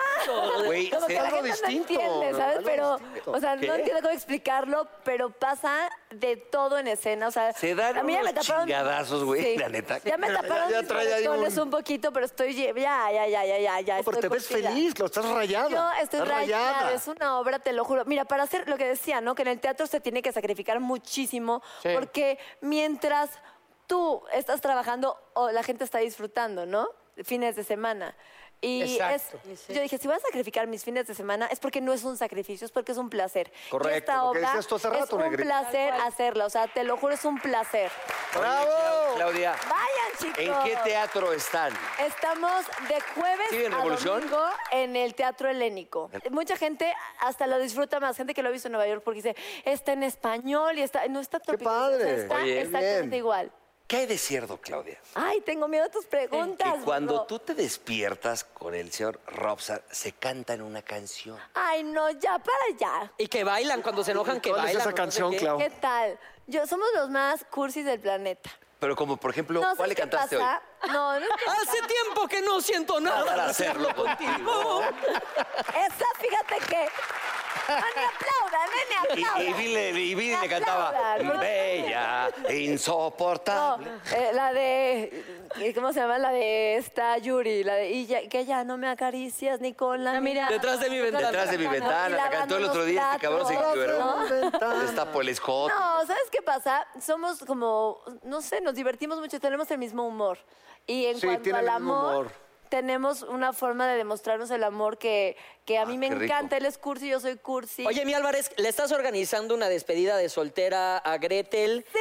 D: Güey,
J: Como
D: se-
J: que la
F: algo
J: gente
F: distinto,
J: No entiende, ¿sabes?
F: algo
J: Pero,
F: distinto.
J: o sea,
D: ¿Qué?
J: no entiendo cómo explicarlo, pero pasa de todo en escena. O sea,
D: Se dan
J: a mí ya me
D: unos
J: taparon.
D: chingadazos, güey, la neta.
J: Ya me
F: Ya-
J: taparon
F: ya
J: mis
F: trae ahí
J: moretones
F: un-
J: un... poquito, pero estoy. lle- Ya, ya, ya, ya, ya. ya
F: Porque
J: estoy
F: te ves
J: curtida.
F: feliz, lo estás rayada.
J: Yo estoy
F: estás
J: rayada. Es una obra, te lo juro. Mira, para hacer lo que decía, ¿no? Que en el teatro se tiene que sacrificar muchísimo
E: Sí.
J: porque mientras tú estás trabajando o la gente está disfrutando, ¿no? Fines de semana. Y es-
E: Exacto.
J: yo dije, si voy a sacrificar mis fines de semana es porque no es un sacrificio, es porque es un placer. Y
F: Correcto,
J: esta
F: lo que
J: obra
F: decías tú hace
J: es
F: rato,
J: un
F: Negrita.
J: placer hacerla, o sea, te lo juro, es un placer.
D: Oye, Claudia,
J: Vayan, chicos.
D: ¿en qué teatro están?
J: Estamos de jueves
D: ¿Sigue en
J: a
D: Revolución?
J: domingo en el Teatro Helénico. Mucha gente hasta lo disfruta más, gente que lo ha visto en Nueva York porque dice, está en español y está no está tropicalizado,
F: padre.
J: está
D: Oye,
J: exactamente
F: bien.
J: igual.
D: ¿Qué hay de cierto, Claudia?
J: Ay, tengo miedo a tus preguntas.
D: Que cuando
J: burro.
D: tú te despiertas con el señor Robson, se canta en una canción.
J: Ay, no, ya para allá.
C: Y que bailan cuando se enojan, que
I: ¿Cuál es
C: bailan.
I: esa
C: no sé
I: canción,
C: qué.
I: Clau?
J: ¿Qué tal? Yo somos los más cursis del planeta.
D: Pero como, por ejemplo,
J: no
D: ¿cuál
J: sé
D: le
J: qué
D: cantaste
J: pasa. No, no es que-
C: Hace tiempo que no siento
D: hoy?
C: nada
D: Para hacerlo contigo.
J: Esa, fíjate que Ven y
D: Y,
J: aplaudan, ven
D: y
J: y aplaudan.
D: Billy, y Billy le
J: Me
D: cantaba,
J: aplaudan, ¿no?
D: bella,
J: No,
D: insoportable.
J: eh, la de. eh, ¿Cómo se llama? La de esta Yuri. La de. Y ya- que ya no me acaricias ni con la mirada.
C: Detrás de mi ventana.
D: Detrás de mi ventana, la
J: lavando
D: cantó el otro
J: los
D: día, este cabrón se
J: platos,
D: quebró.
J: ¿no?
D: Destapó el escote.
J: No, ¿sabes qué pasa? Somos como, no sé, nos divertimos mucho, tenemos el mismo humor. Y en
F: Sí,
J: cuanto
F: tienen
J: al
F: el mismo
J: amor,
F: humor.
J: tenemos una forma de demostrarnos el amor que, que a
D: Ah,
J: mí me
D: qué rico.
J: encanta. Él es cursi, yo soy cursi.
C: Oye, mi Álvarez, le estás organizando una despedida de soltera a Gretel.
J: sí.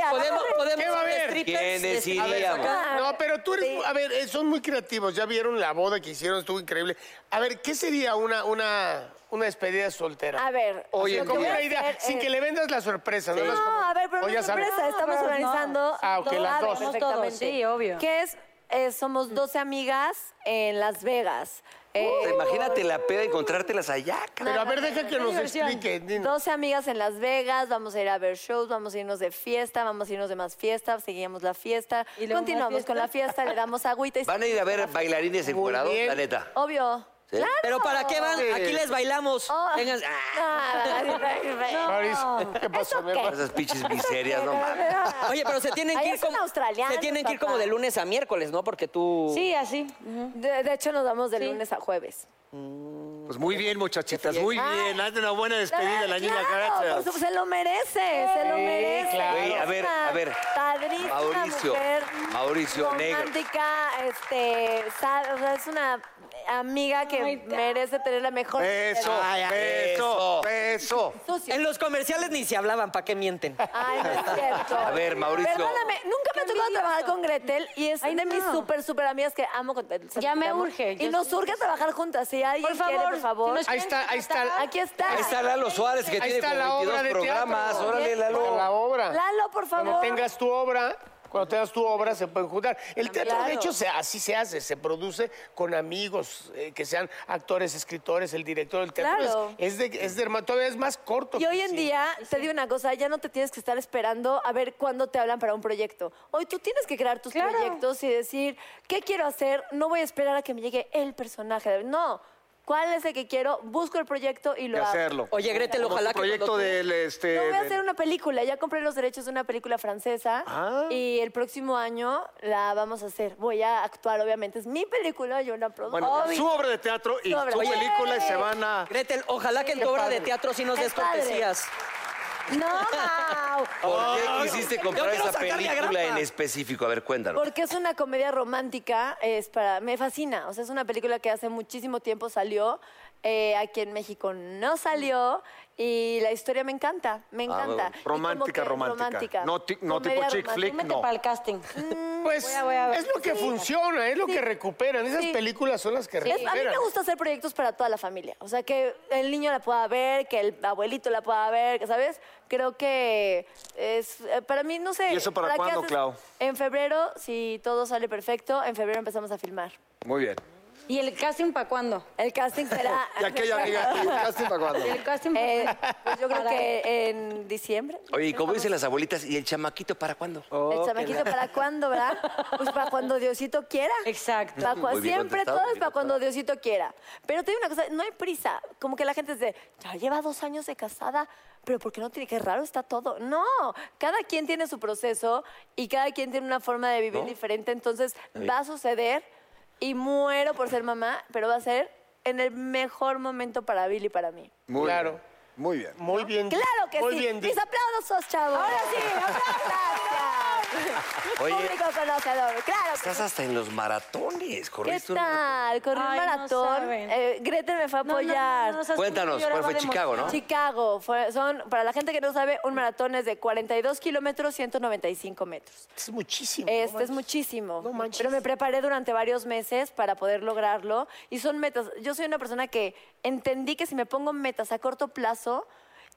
J: a la
C: ¿Podemos,
J: hora-
C: podemos
E: ¿Qué va a
C: ser
E: haber?
C: strippers?
D: ¿Quiénes
C: A ver,
D: iríamos?
C: acá.
J: Ah,
E: No, pero tú eres,
J: sí.
E: a ver, eh, son muy creativos. Ya vieron la boda que hicieron, estuvo increíble. A ver, ¿qué sería una, una, una despedida soltera?
J: A ver,
E: Oye,
J: lo que
E: como
J: voy a
E: una idea,
J: hacer
E: sin
J: es-
E: que le vendas la sorpresa, ¿no? Es como-
J: No, a ver, pero
E: o
J: no
E: ya
J: es
E: sabes.
J: sorpresa, estamos
H: No, no.
J: organizando.
E: Ah, ok, las
J: saben
E: dos.
H: Somos todos,
J: Perfectamente.
H: sí, obvio.
J: Que es, eh, somos 12 amigas en Las Vegas. Eh,
D: Imagínate la peda encontrártelas allá, cabrón.
E: Pero a ver, deja que nos
H: diversión.
E: explique. Nina.
J: 12 amigas en Las Vegas, vamos a ir a ver shows, vamos a irnos de fiesta, vamos a irnos de más fiesta, seguimos la fiesta,
H: ¿Y luego más
J: continuamos
H: fiesta?
J: con la fiesta, le damos agüita y...
D: Van a ir a ver bailarines encuerados,
E: bien.
D: la neta.
J: Oh. Obvio.
D: ¿Sí?
J: ¡Claro!
C: Pero ¿para qué van? Aquí les bailamos.
J: Oh.
C: Vengan. Ah.
J: No,
E: Maris, ¿qué pasó, mi
J: ¿Eso
E: hermano?
D: Esas pinches miserias, no mames.
C: Oye, pero se tienen
J: Ahí
C: que ir
J: hacen
C: como
J: australianos,
C: se tienen que ir como
J: papá.
C: de lunes a miércoles, ¿no? Porque tú
H: Sí, así.
J: De, de hecho, nos vamos de lunes a jueves.
F: Pues muy bien, muchachitas, muy bien. Hazte una buena despedida, la niña
J: Claro,
F: Cacha.
J: por su- se lo merece, se lo merece.
D: Güey, a ver, a ver.
J: Padrísima
D: Mauricio,
J: mujer
D: Mauricio Negro.
J: romántica, este, sabe, o sea, es una amiga
H: Oh
J: que merece tener la mejor.
F: Eso,
D: eso.
F: eso, eso.
J: Sucio.
C: en los comerciales ni se hablaban, ¿para qué mienten?
J: Ay, no es cierto.
D: A ver, Mauricio.
J: Perdóname, nunca me ha tocado trabajar con Gretel y es
H: Ay,
J: de mis
H: no.
J: súper, súper amigas que amo con
H: Ya me
J: amo.
H: urge,
J: Y
H: yo
J: nos
H: sí.
J: urge trabajar juntas. Si alguien
H: Por favor,
J: quiere, por favor.
H: si nos
E: Ahí está, ahí está.
J: Aquí está.
D: Ahí está Lalo Suárez, que
E: Ahí
D: tiene
E: está
D: como
E: la obra
D: 22
E: de
D: programas.
E: teatro.
D: Órale,
E: Para la
D: Lalo.
E: obra.
J: Lalo, por favor.
E: Cuando tengas tu obra, cuando tengas tu obra, se pueden juntar. El teatro,
J: Claro.
E: de hecho, se- así se hace, se produce con amigos, eh, que sean actores, escritores, el director del teatro.
J: Claro.
E: Es, es de, es de hermano, todavía es más corto.
J: Y
E: que
J: hoy en
E: sí.
J: día, te digo una cosa, ya no te tienes que estar esperando a ver cuándo te hablan para un proyecto. Hoy tú tienes que crear tus
H: Claro.
J: proyectos y decir, ¿qué quiero hacer? No voy a esperar a que me llegue el personaje. No, ¿cuál es el que quiero? Busco el proyecto y lo
F: De
J: hago.
F: hacerlo.
C: Oye, Gretel,
F: Como
C: ojalá
F: tu
C: que
F: proyecto
C: cuando tú-
F: del este.
J: No, voy a
F: del-
J: hacer una película. Ya compré los derechos de una película francesa.
F: Ah.
J: Y el próximo año la vamos a hacer. Voy a actuar, obviamente. Es mi película, yo la produzco.
F: Bueno,
J: Obvio.
F: su obra de teatro y
J: Su
F: su,
J: obra. Oye.
F: película y se van a.
C: Gretel, ojalá que en tu
J: Qué
C: obra
J: padre.
C: de teatro sí nos
J: Qué
C: des
J: padre.
C: cortesías.
J: No, Mau.
D: ¿Por qué quisiste comprar
C: quiero
D: esa
C: sacarle a
D: película en
C: grapa.
D: específico? A ver, cuéntanos.
J: Porque es una comedia romántica, es para, me fascina. O sea, es una película que hace muchísimo tiempo salió eh, aquí en México no salió y la historia me encanta, me
F: Ah,
J: encanta.
F: bueno,
J: Y como
F: romántica,
J: que
F: romántica. No ti- no tipo
J: Comedia
F: chick flick,
J: romántica.
F: no.
H: Para el casting.
E: Pues
J: mm, voy a- voy a ver.
E: es lo que
J: Sí.
E: funciona, es lo
J: Sí.
E: que recuperan. Esas
J: Sí.
E: películas son las que
J: Es- a mí
E: recuperan.
J: me gusta hacer proyectos para toda la familia. O sea, que el niño la pueda ver, que el abuelito la pueda ver, que, ¿sabes? Creo que es. eh, Para mí, no sé.
F: ¿Y eso para
J: qué
F: cuándo,
J: haces?
F: Clau?
J: En febrero, si todo sale perfecto, en febrero empezamos a filmar.
F: Muy bien.
H: ¿Y el casting para cuándo?
J: El casting será.
F: Y aquella amiga, ¿y el casting para cuándo?
H: ¿Y el casting pa'
J: Eh,
H: cuándo?
J: pues yo creo
H: Para-
J: que en diciembre.
D: Oye, y como dicen las abuelitas, ¿y el chamaquito para cuándo?
E: Oh.
J: el chamaquito, ¿para cuándo, verdad? Pues para cuando Diosito quiera.
H: Exacto.
J: Pa' cua-
D: Muy bien
J: siempre
D: contestado,
J: todo es
D: bien
J: para cuando
D: contestado.
J: Diosito quiera. Pero te digo una cosa, no hay prisa. Como que la gente dice, ya lleva dos años de casada, pero ¿por qué no tiene? Qué raro está todo. No, cada quien tiene su proceso y cada quien tiene una forma de vivir
D: ¿No?
J: diferente. Entonces va a suceder y muero por ser mamá, pero va a ser en el mejor momento para Billy y para mí.
F: Muy
E: Claro.
F: bien, Muy bien.
E: Muy bien.
J: Claro que
E: muy
J: sí.
E: Bien
J: Mis
E: dicho.
J: aplausos, chavos. Ahora sí, aplausos.
D: Oye.
J: Público conocedor, claro. que
D: Estás
J: sí.
D: hasta en los maratones,
J: ¿Qué
D: correcto.
J: tal? Corrí un
H: Ay, no
J: maratón.
H: saben.
J: Eh, Gretel me fue a
H: No, no, no,
J: apoyar.
H: no, no, o sea, yo
D: Cuéntanos, ¿cuál
H: lloraba
D: fue
H: de
D: Chicago, no?
J: Chicago, fue- son, para la gente que no sabe, un maratón es de 42 kilómetros, 195 metros.
E: Es muchísimo.
J: Este
E: no
J: es muchísimo.
E: No manches.
J: Pero me preparé durante varios meses para poder lograrlo y son metas. Yo soy una persona que entendí que si me pongo metas a corto plazo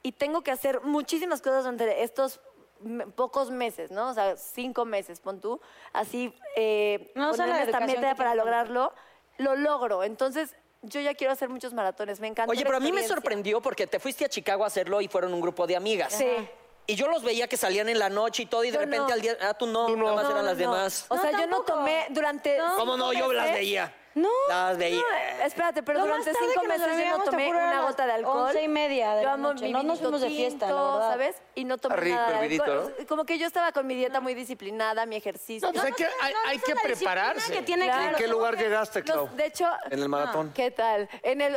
J: y tengo que hacer muchísimas cosas durante estos me- pocos meses, ¿no? O sea, cinco meses, pon tú, así eh,
H: No, o sea, la
J: ponerme esta
H: educación
J: meta
H: que
J: para
H: te-
J: lograrlo, lo logro. Entonces, yo ya quiero hacer muchos maratones, me encanta.
C: Oye,
J: la
C: pero a mí me
J: experiencia.
C: sorprendió porque te fuiste a Chicago a hacerlo y fueron un grupo de amigas.
J: Sí. Ajá.
C: Y yo los veía que salían en la noche y todo, y de
J: Yo
C: repente
J: no.
C: al día. Ah, tú no, nada más
J: No,
C: eran
J: no,
C: las
J: no.
C: demás.
J: O
H: No,
J: sea, yo no
H: tampoco.
J: tomé durante.
H: No.
C: ¿Cómo no? Yo las
J: meses-
C: veía.
H: No,
C: Las veía.
J: No, eh, espérate, pero
H: Lo más
J: durante
H: tarde
J: cinco
H: que nos
J: meses yo no
H: veíamos, te
J: tomé
H: juro, eran
J: una
H: las
J: gota de alcohol.
H: once y media de
J: yo
H: la
J: amo
H: noche.
J: mi
H: No nos
J: vinito
H: fuimos de fiesta, la
J: tinto,
H: verdad.
J: ¿sabes? Y no tomé
D: Está rico
J: nada de
D: el vinito,
J: alcohol. Como que yo estaba con mi dieta muy disciplinada, mi ejercicio.
E: pues hay que, hay, hay
H: esa
E: que
H: es la disciplina
E: prepararse.
H: que tiene
J: Claro.
F: ¿En qué lugar llegaste,
J: Nos-
F: Clau?
J: de hecho,
F: En el maratón.
J: ¿qué tal? En el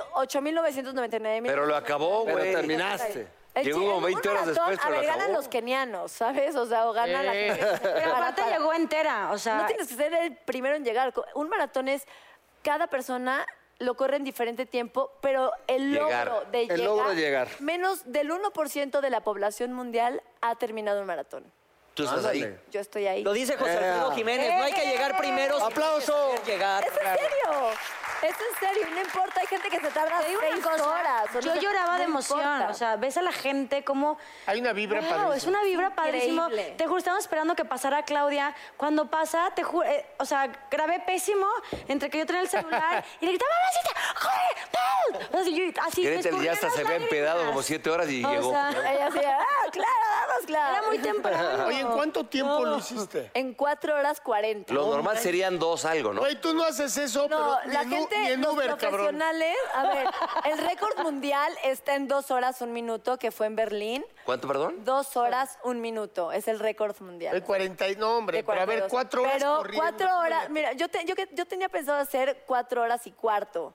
J: 8.999.
D: Pero lo acabó,
F: Pero
D: güey.
F: terminaste.
J: El
D: Llegó
J: chi-
D: como
J: un
D: 20 horas
J: maratón,
D: después, pero
J: A ver,
D: lo
J: ganan
D: acabó.
J: los kenianos, ¿sabes? O sea, o gana la gente. que se
H: Eh. Pero
J: prepara
H: aparte
J: para-
H: llegó entera, o sea...
J: No tienes que ser el primero en llegar. Co- Un maratón es cada persona lo corre en diferente tiempo, pero el logro
D: Llegar.
J: de llegar,
F: El logro de llegar.
J: menos del 1% de la población mundial ha terminado un maratón.
D: Tú estás ahí.
F: Ándale.
J: Yo estoy ahí.
C: Lo dice
D: Eh.
C: José Alfredo Jiménez, no hay que llegar primero. sino
F: ¡Aplauso!
C: hay que saber llegar.
J: Eh. ¿Es en serio? ¿Es en serio? y No importa, hay gente que se tarda
H: Te digo una
J: seis
H: cosa,
J: horas. o no
H: Yo
J: sé,
H: lloraba
J: no
H: de emoción.
J: importa.
H: O sea, ves a la gente como.
E: Hay una vibra
H: Wow,
E: padrísima.
H: Es una vibra padrísima.
J: Increíble.
H: Te juro, estábamos esperando que pasara Claudia. Cuando pasa, te juro. eh, o sea, grabé pésimo entre que yo tenía el celular y le gritaba, mamacita, joder, Pau". O sea, yo así. me
J: pues,
D: Gretel ya
H: escurrían
D: hasta
H: las
D: se había
H: lágrimas.
D: empedado como 7 horas y
H: O
D: llegó.
H: sea,
J: Ella así, ah, claro, vamos, claro.
H: era muy temprano.
E: Oye, ¿en cuánto tiempo lo hiciste?
J: En cuatro horas cuarenta.
D: Lo normal serían dos algo, ¿no?
E: Güey, tú no haces eso,
J: No,
E: pero
J: la
E: ni en, U-
J: gente,
E: ni en
J: los
E: Uber, cabrón.
J: profesionales, a ver, el récord mundial está en dos horas un minuto, que fue en Berlín.
D: ¿Cuánto, perdón?
J: Dos horas un minuto es el récord mundial.
E: El 40 y no, hombre,
J: De
E: pero a ver,
J: 42.
E: cuatro horas
J: Pero
E: corriendo.
J: cuatro horas, mira, yo, te- yo, que- yo tenía pensado hacer cuatro horas y cuarto.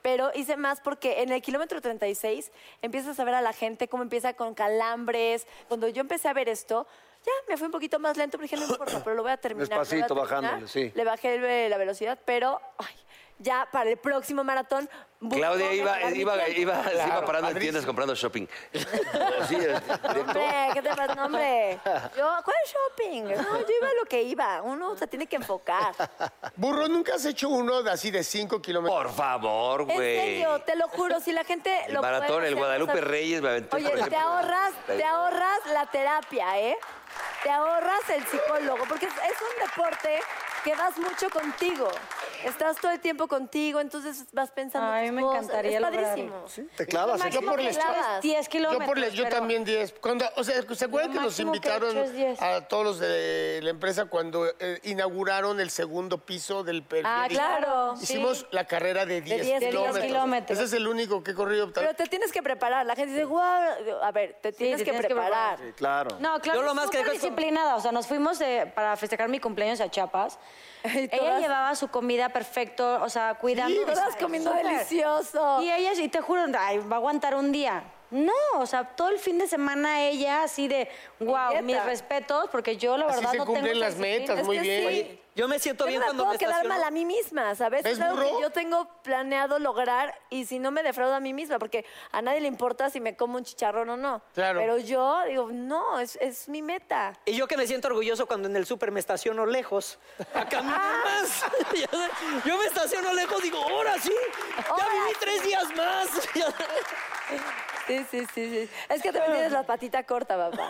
J: Pero hice más porque en el kilómetro 36 empiezas a ver a la gente cómo empieza con calambres. Cuando yo empecé a ver esto, ya me fui un poquito más lento, pero dije, no importa, pero lo voy a terminar. lo voy a
F: Despacito,
J: terminar.
F: bajándole, sí.
J: Le bajé el ve- la velocidad, pero ay, ya para el próximo maratón. busco
D: Claudia iba,
J: mejorar mi
D: iba,
J: tiempo.
D: iba, se iba
E: Claro,
D: parando en
E: padrísimo.
D: tiendas comprando shopping. Sí, directo.
J: Hombre, ¿qué te pasa? No, hombre. Yo, ¿cuál shopping? No, yo iba a lo que iba. Uno se tiene que enfocar.
E: Burro, ¿nunca has hecho uno de así de cinco kilómetros?
D: Por favor,
J: En
D: güey.
J: serio, te lo juro, si la gente
D: El
J: lo puede
D: maratón, el
J: hacer,
D: Guadalupe
J: o sea,
D: Reyes me aventé,
J: Oye,
D: por
J: te
D: ejemplo.
J: ahorras, te ahorras la terapia, ¿eh? Te ahorras el psicólogo, porque es, es un deporte que vas mucho contigo. Estás todo el tiempo contigo, entonces vas pensando.
H: Ay,
J: tus
H: me
J: cosas.
H: encantaría
J: Es
H: lograrlo.
J: padrísimo.
F: Sí, Te clavas. ¿eh?
E: Yo por el
J: que
E: estrés.
J: clavas.
H: 10
E: Yo,
H: kilómetros.
E: por la- yo
H: pero-
E: también 10. Cuando, o sea, ¿se acuerdan
H: Lo
E: que nos
H: máximo que he
E: invitaron
H: hecho es 10.
E: a todos los de la empresa cuando eh, inauguraron el segundo piso del periódico?
J: Ah, claro, sí.
E: Hicimos la carrera de 10
J: 10
E: kilómetros.
H: kilómetros.
E: Ese es el único que he corrido.
J: Pero te tienes que preparar. La gente dice, wow. A ver, te tienes,
H: te
J: que,
H: tienes que
J: preparar.
H: preparar.
F: Sí, claro.
H: No, claro,
C: Yo lo más que
H: súper
C: dejo es como-
H: disciplinada. O sea, nos fuimos de- para festejar mi cumpleaños a Chiapas.
J: Y
H: Ella
J: todas-
H: llevaba su comida perfecto, o sea, cuidando.
J: Sí, todas
H: Ay,
J: comiendo
H: súper.
J: delicioso.
H: Y ella, y te juro, ay, va a aguantar un día. No, o sea, todo el fin de semana ella así de, wow,
J: dieta.
H: mis respetos, porque yo la
E: Así
H: verdad
E: se
H: no tengo
E: cumplen
H: esa
E: las metas,
H: disciplina.
E: muy
J: que
E: bien.
J: sí.
C: Yo me siento
J: Yo
C: bien
J: no me
C: cuando
J: puedo
C: me
J: quedar
C: estaciono.
J: mal a mí misma, ¿sabes?
E: ¿Ves,
J: Es algo
E: burro?
J: que yo tengo planeado lograr y si no me defraudo a mí misma, porque a nadie le importa si me como un chicharrón o no.
E: Claro.
J: Pero yo digo, no, es, es mi meta.
C: Y yo que me siento orgulloso cuando en el súper me estaciono lejos. A
J: Ah.
C: caminar más. Ya sabes, yo me estaciono lejos, digo, ahora sí. Ya
J: Ahora
C: viví tres días más. Ya sabes.
J: Sí, sí, sí, sí. Es que también tienes la patita corta, papá.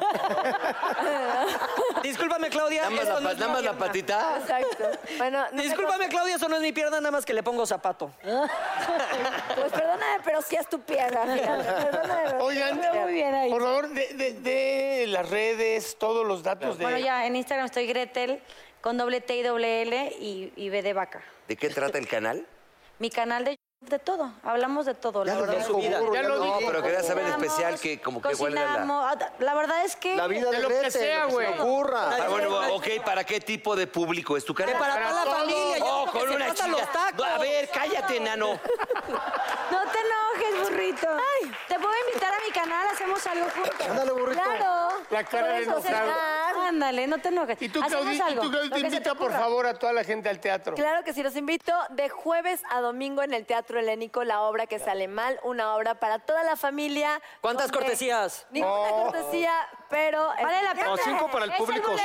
C: Discúlpame, Claudia.
D: Nada más
C: esto
D: la
C: no
D: pa-
C: es
D: nada más la
C: mi pierna.
D: patita.
J: Exacto. Bueno, no te
C: Ah, Discúlpame, Claudia, eso no es mi pierna, nada más que le pongo zapato.
J: Pues perdóname, pero sí es tu pierna, fíjate. Perdóname. pero-
E: Oigan,
J: Pero muy bien ahí.
E: por favor, de, de- de las redes, todos los datos de...
H: Bueno, ya en Instagram estoy Gretel con doble T y doble L y, y B de vaca.
D: ¿De qué trata el canal?
H: Mi canal de YouTube, de todo, hablamos de todo, la verdad.
F: dijo, burro,
E: Ya lo
D: No,
E: dijo.
D: pero quería saber en
H: Cocinamos,
D: especial que como que cuál era la.
H: cocinamos, ah, La verdad es que...
F: La vida de,
E: lo que
F: Gretel,
E: sea,
F: lo que se
E: güey.
F: te ocurra.
D: Ah, bueno, ok, ¿para qué tipo de público es tu
C: Que
D: canal?
C: para, toda la
E: todos.
C: familia. Yo
D: Oh,
C: creo que
D: con
C: se
D: una
C: pasan
D: chica.
C: los tacos.
D: A ver, cállate, nano.
H: No te enojes, burrito. Te puedo invitar a mi canal, hacemos algo juntos.
F: Ándale, burrito.
H: Claro.
E: La cara de
H: Podemos
E: enojado.
H: cenar. Ándale, no te enojes.
E: Y tú,
H: Hacemos
E: Claudio,
H: algo, lo que
E: te
H: se te
E: invita, por
H: ocurra.
E: favor, a toda la gente al teatro.
J: Claro que sí, los invito de jueves a domingo en el Teatro Helénico, la obra que sale mal, una obra para toda la familia.
C: ¿Cuántas
J: donde-
C: cortesías?
J: Ninguna cortesía, pero...
H: Vale la pena.
J: No,
H: No, cinco para el
F: público, sí.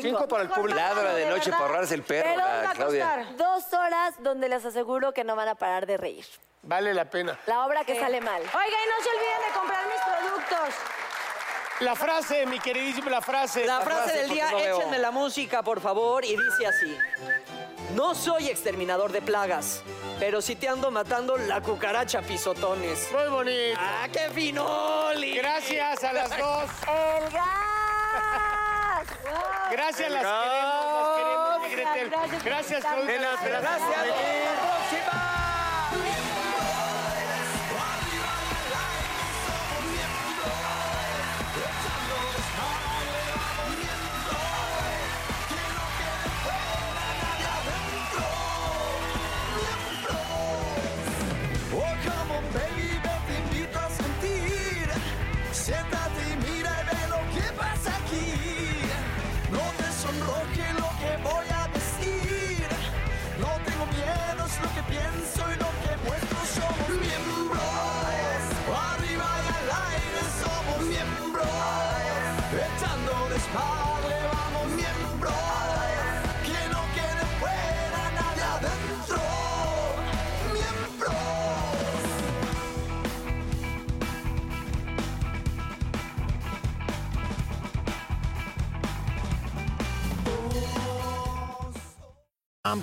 F: Cinco para el público.
D: Ladra de noche para ahorrarse el perro,
J: Pero
D: la
J: va a
D: Claudia.
J: costar dos horas donde les aseguro que no van a parar de reír.
E: Vale la pena.
J: La obra que sale mal.
H: Oiga, y no se olviden de comprar mis productos.
E: La frase, mi queridísimo, la frase.
C: La frase del día,
E: porque no veo.
C: échenme la música, por favor, y dice así. No soy exterminador de plagas, pero sí te ando matando la cucaracha pisotones.
E: Muy bonito.
C: ¡Ah, qué finoli!
E: Gracias a las dos.
J: ¡El gas!
E: Gracias, las queremos, las queremos, mi Gretel.
H: Gracias,
E: Gracias, Claudia.
I: Nenas, gracias.
C: Gracias. próxima!
B: Oh, come on, baby, yo te invito a sentir. Siéntate y mira y ve lo que pasa aquí. No te sonroje lo que voy a decir. No tengo miedo, es lo que pienso y lo que muestro. Somos miembros. Arriba y al aire somos miembros. Echando desmadre, vamos miembros. Que no quede fuera nadie adentro. Miembros.
K: I'm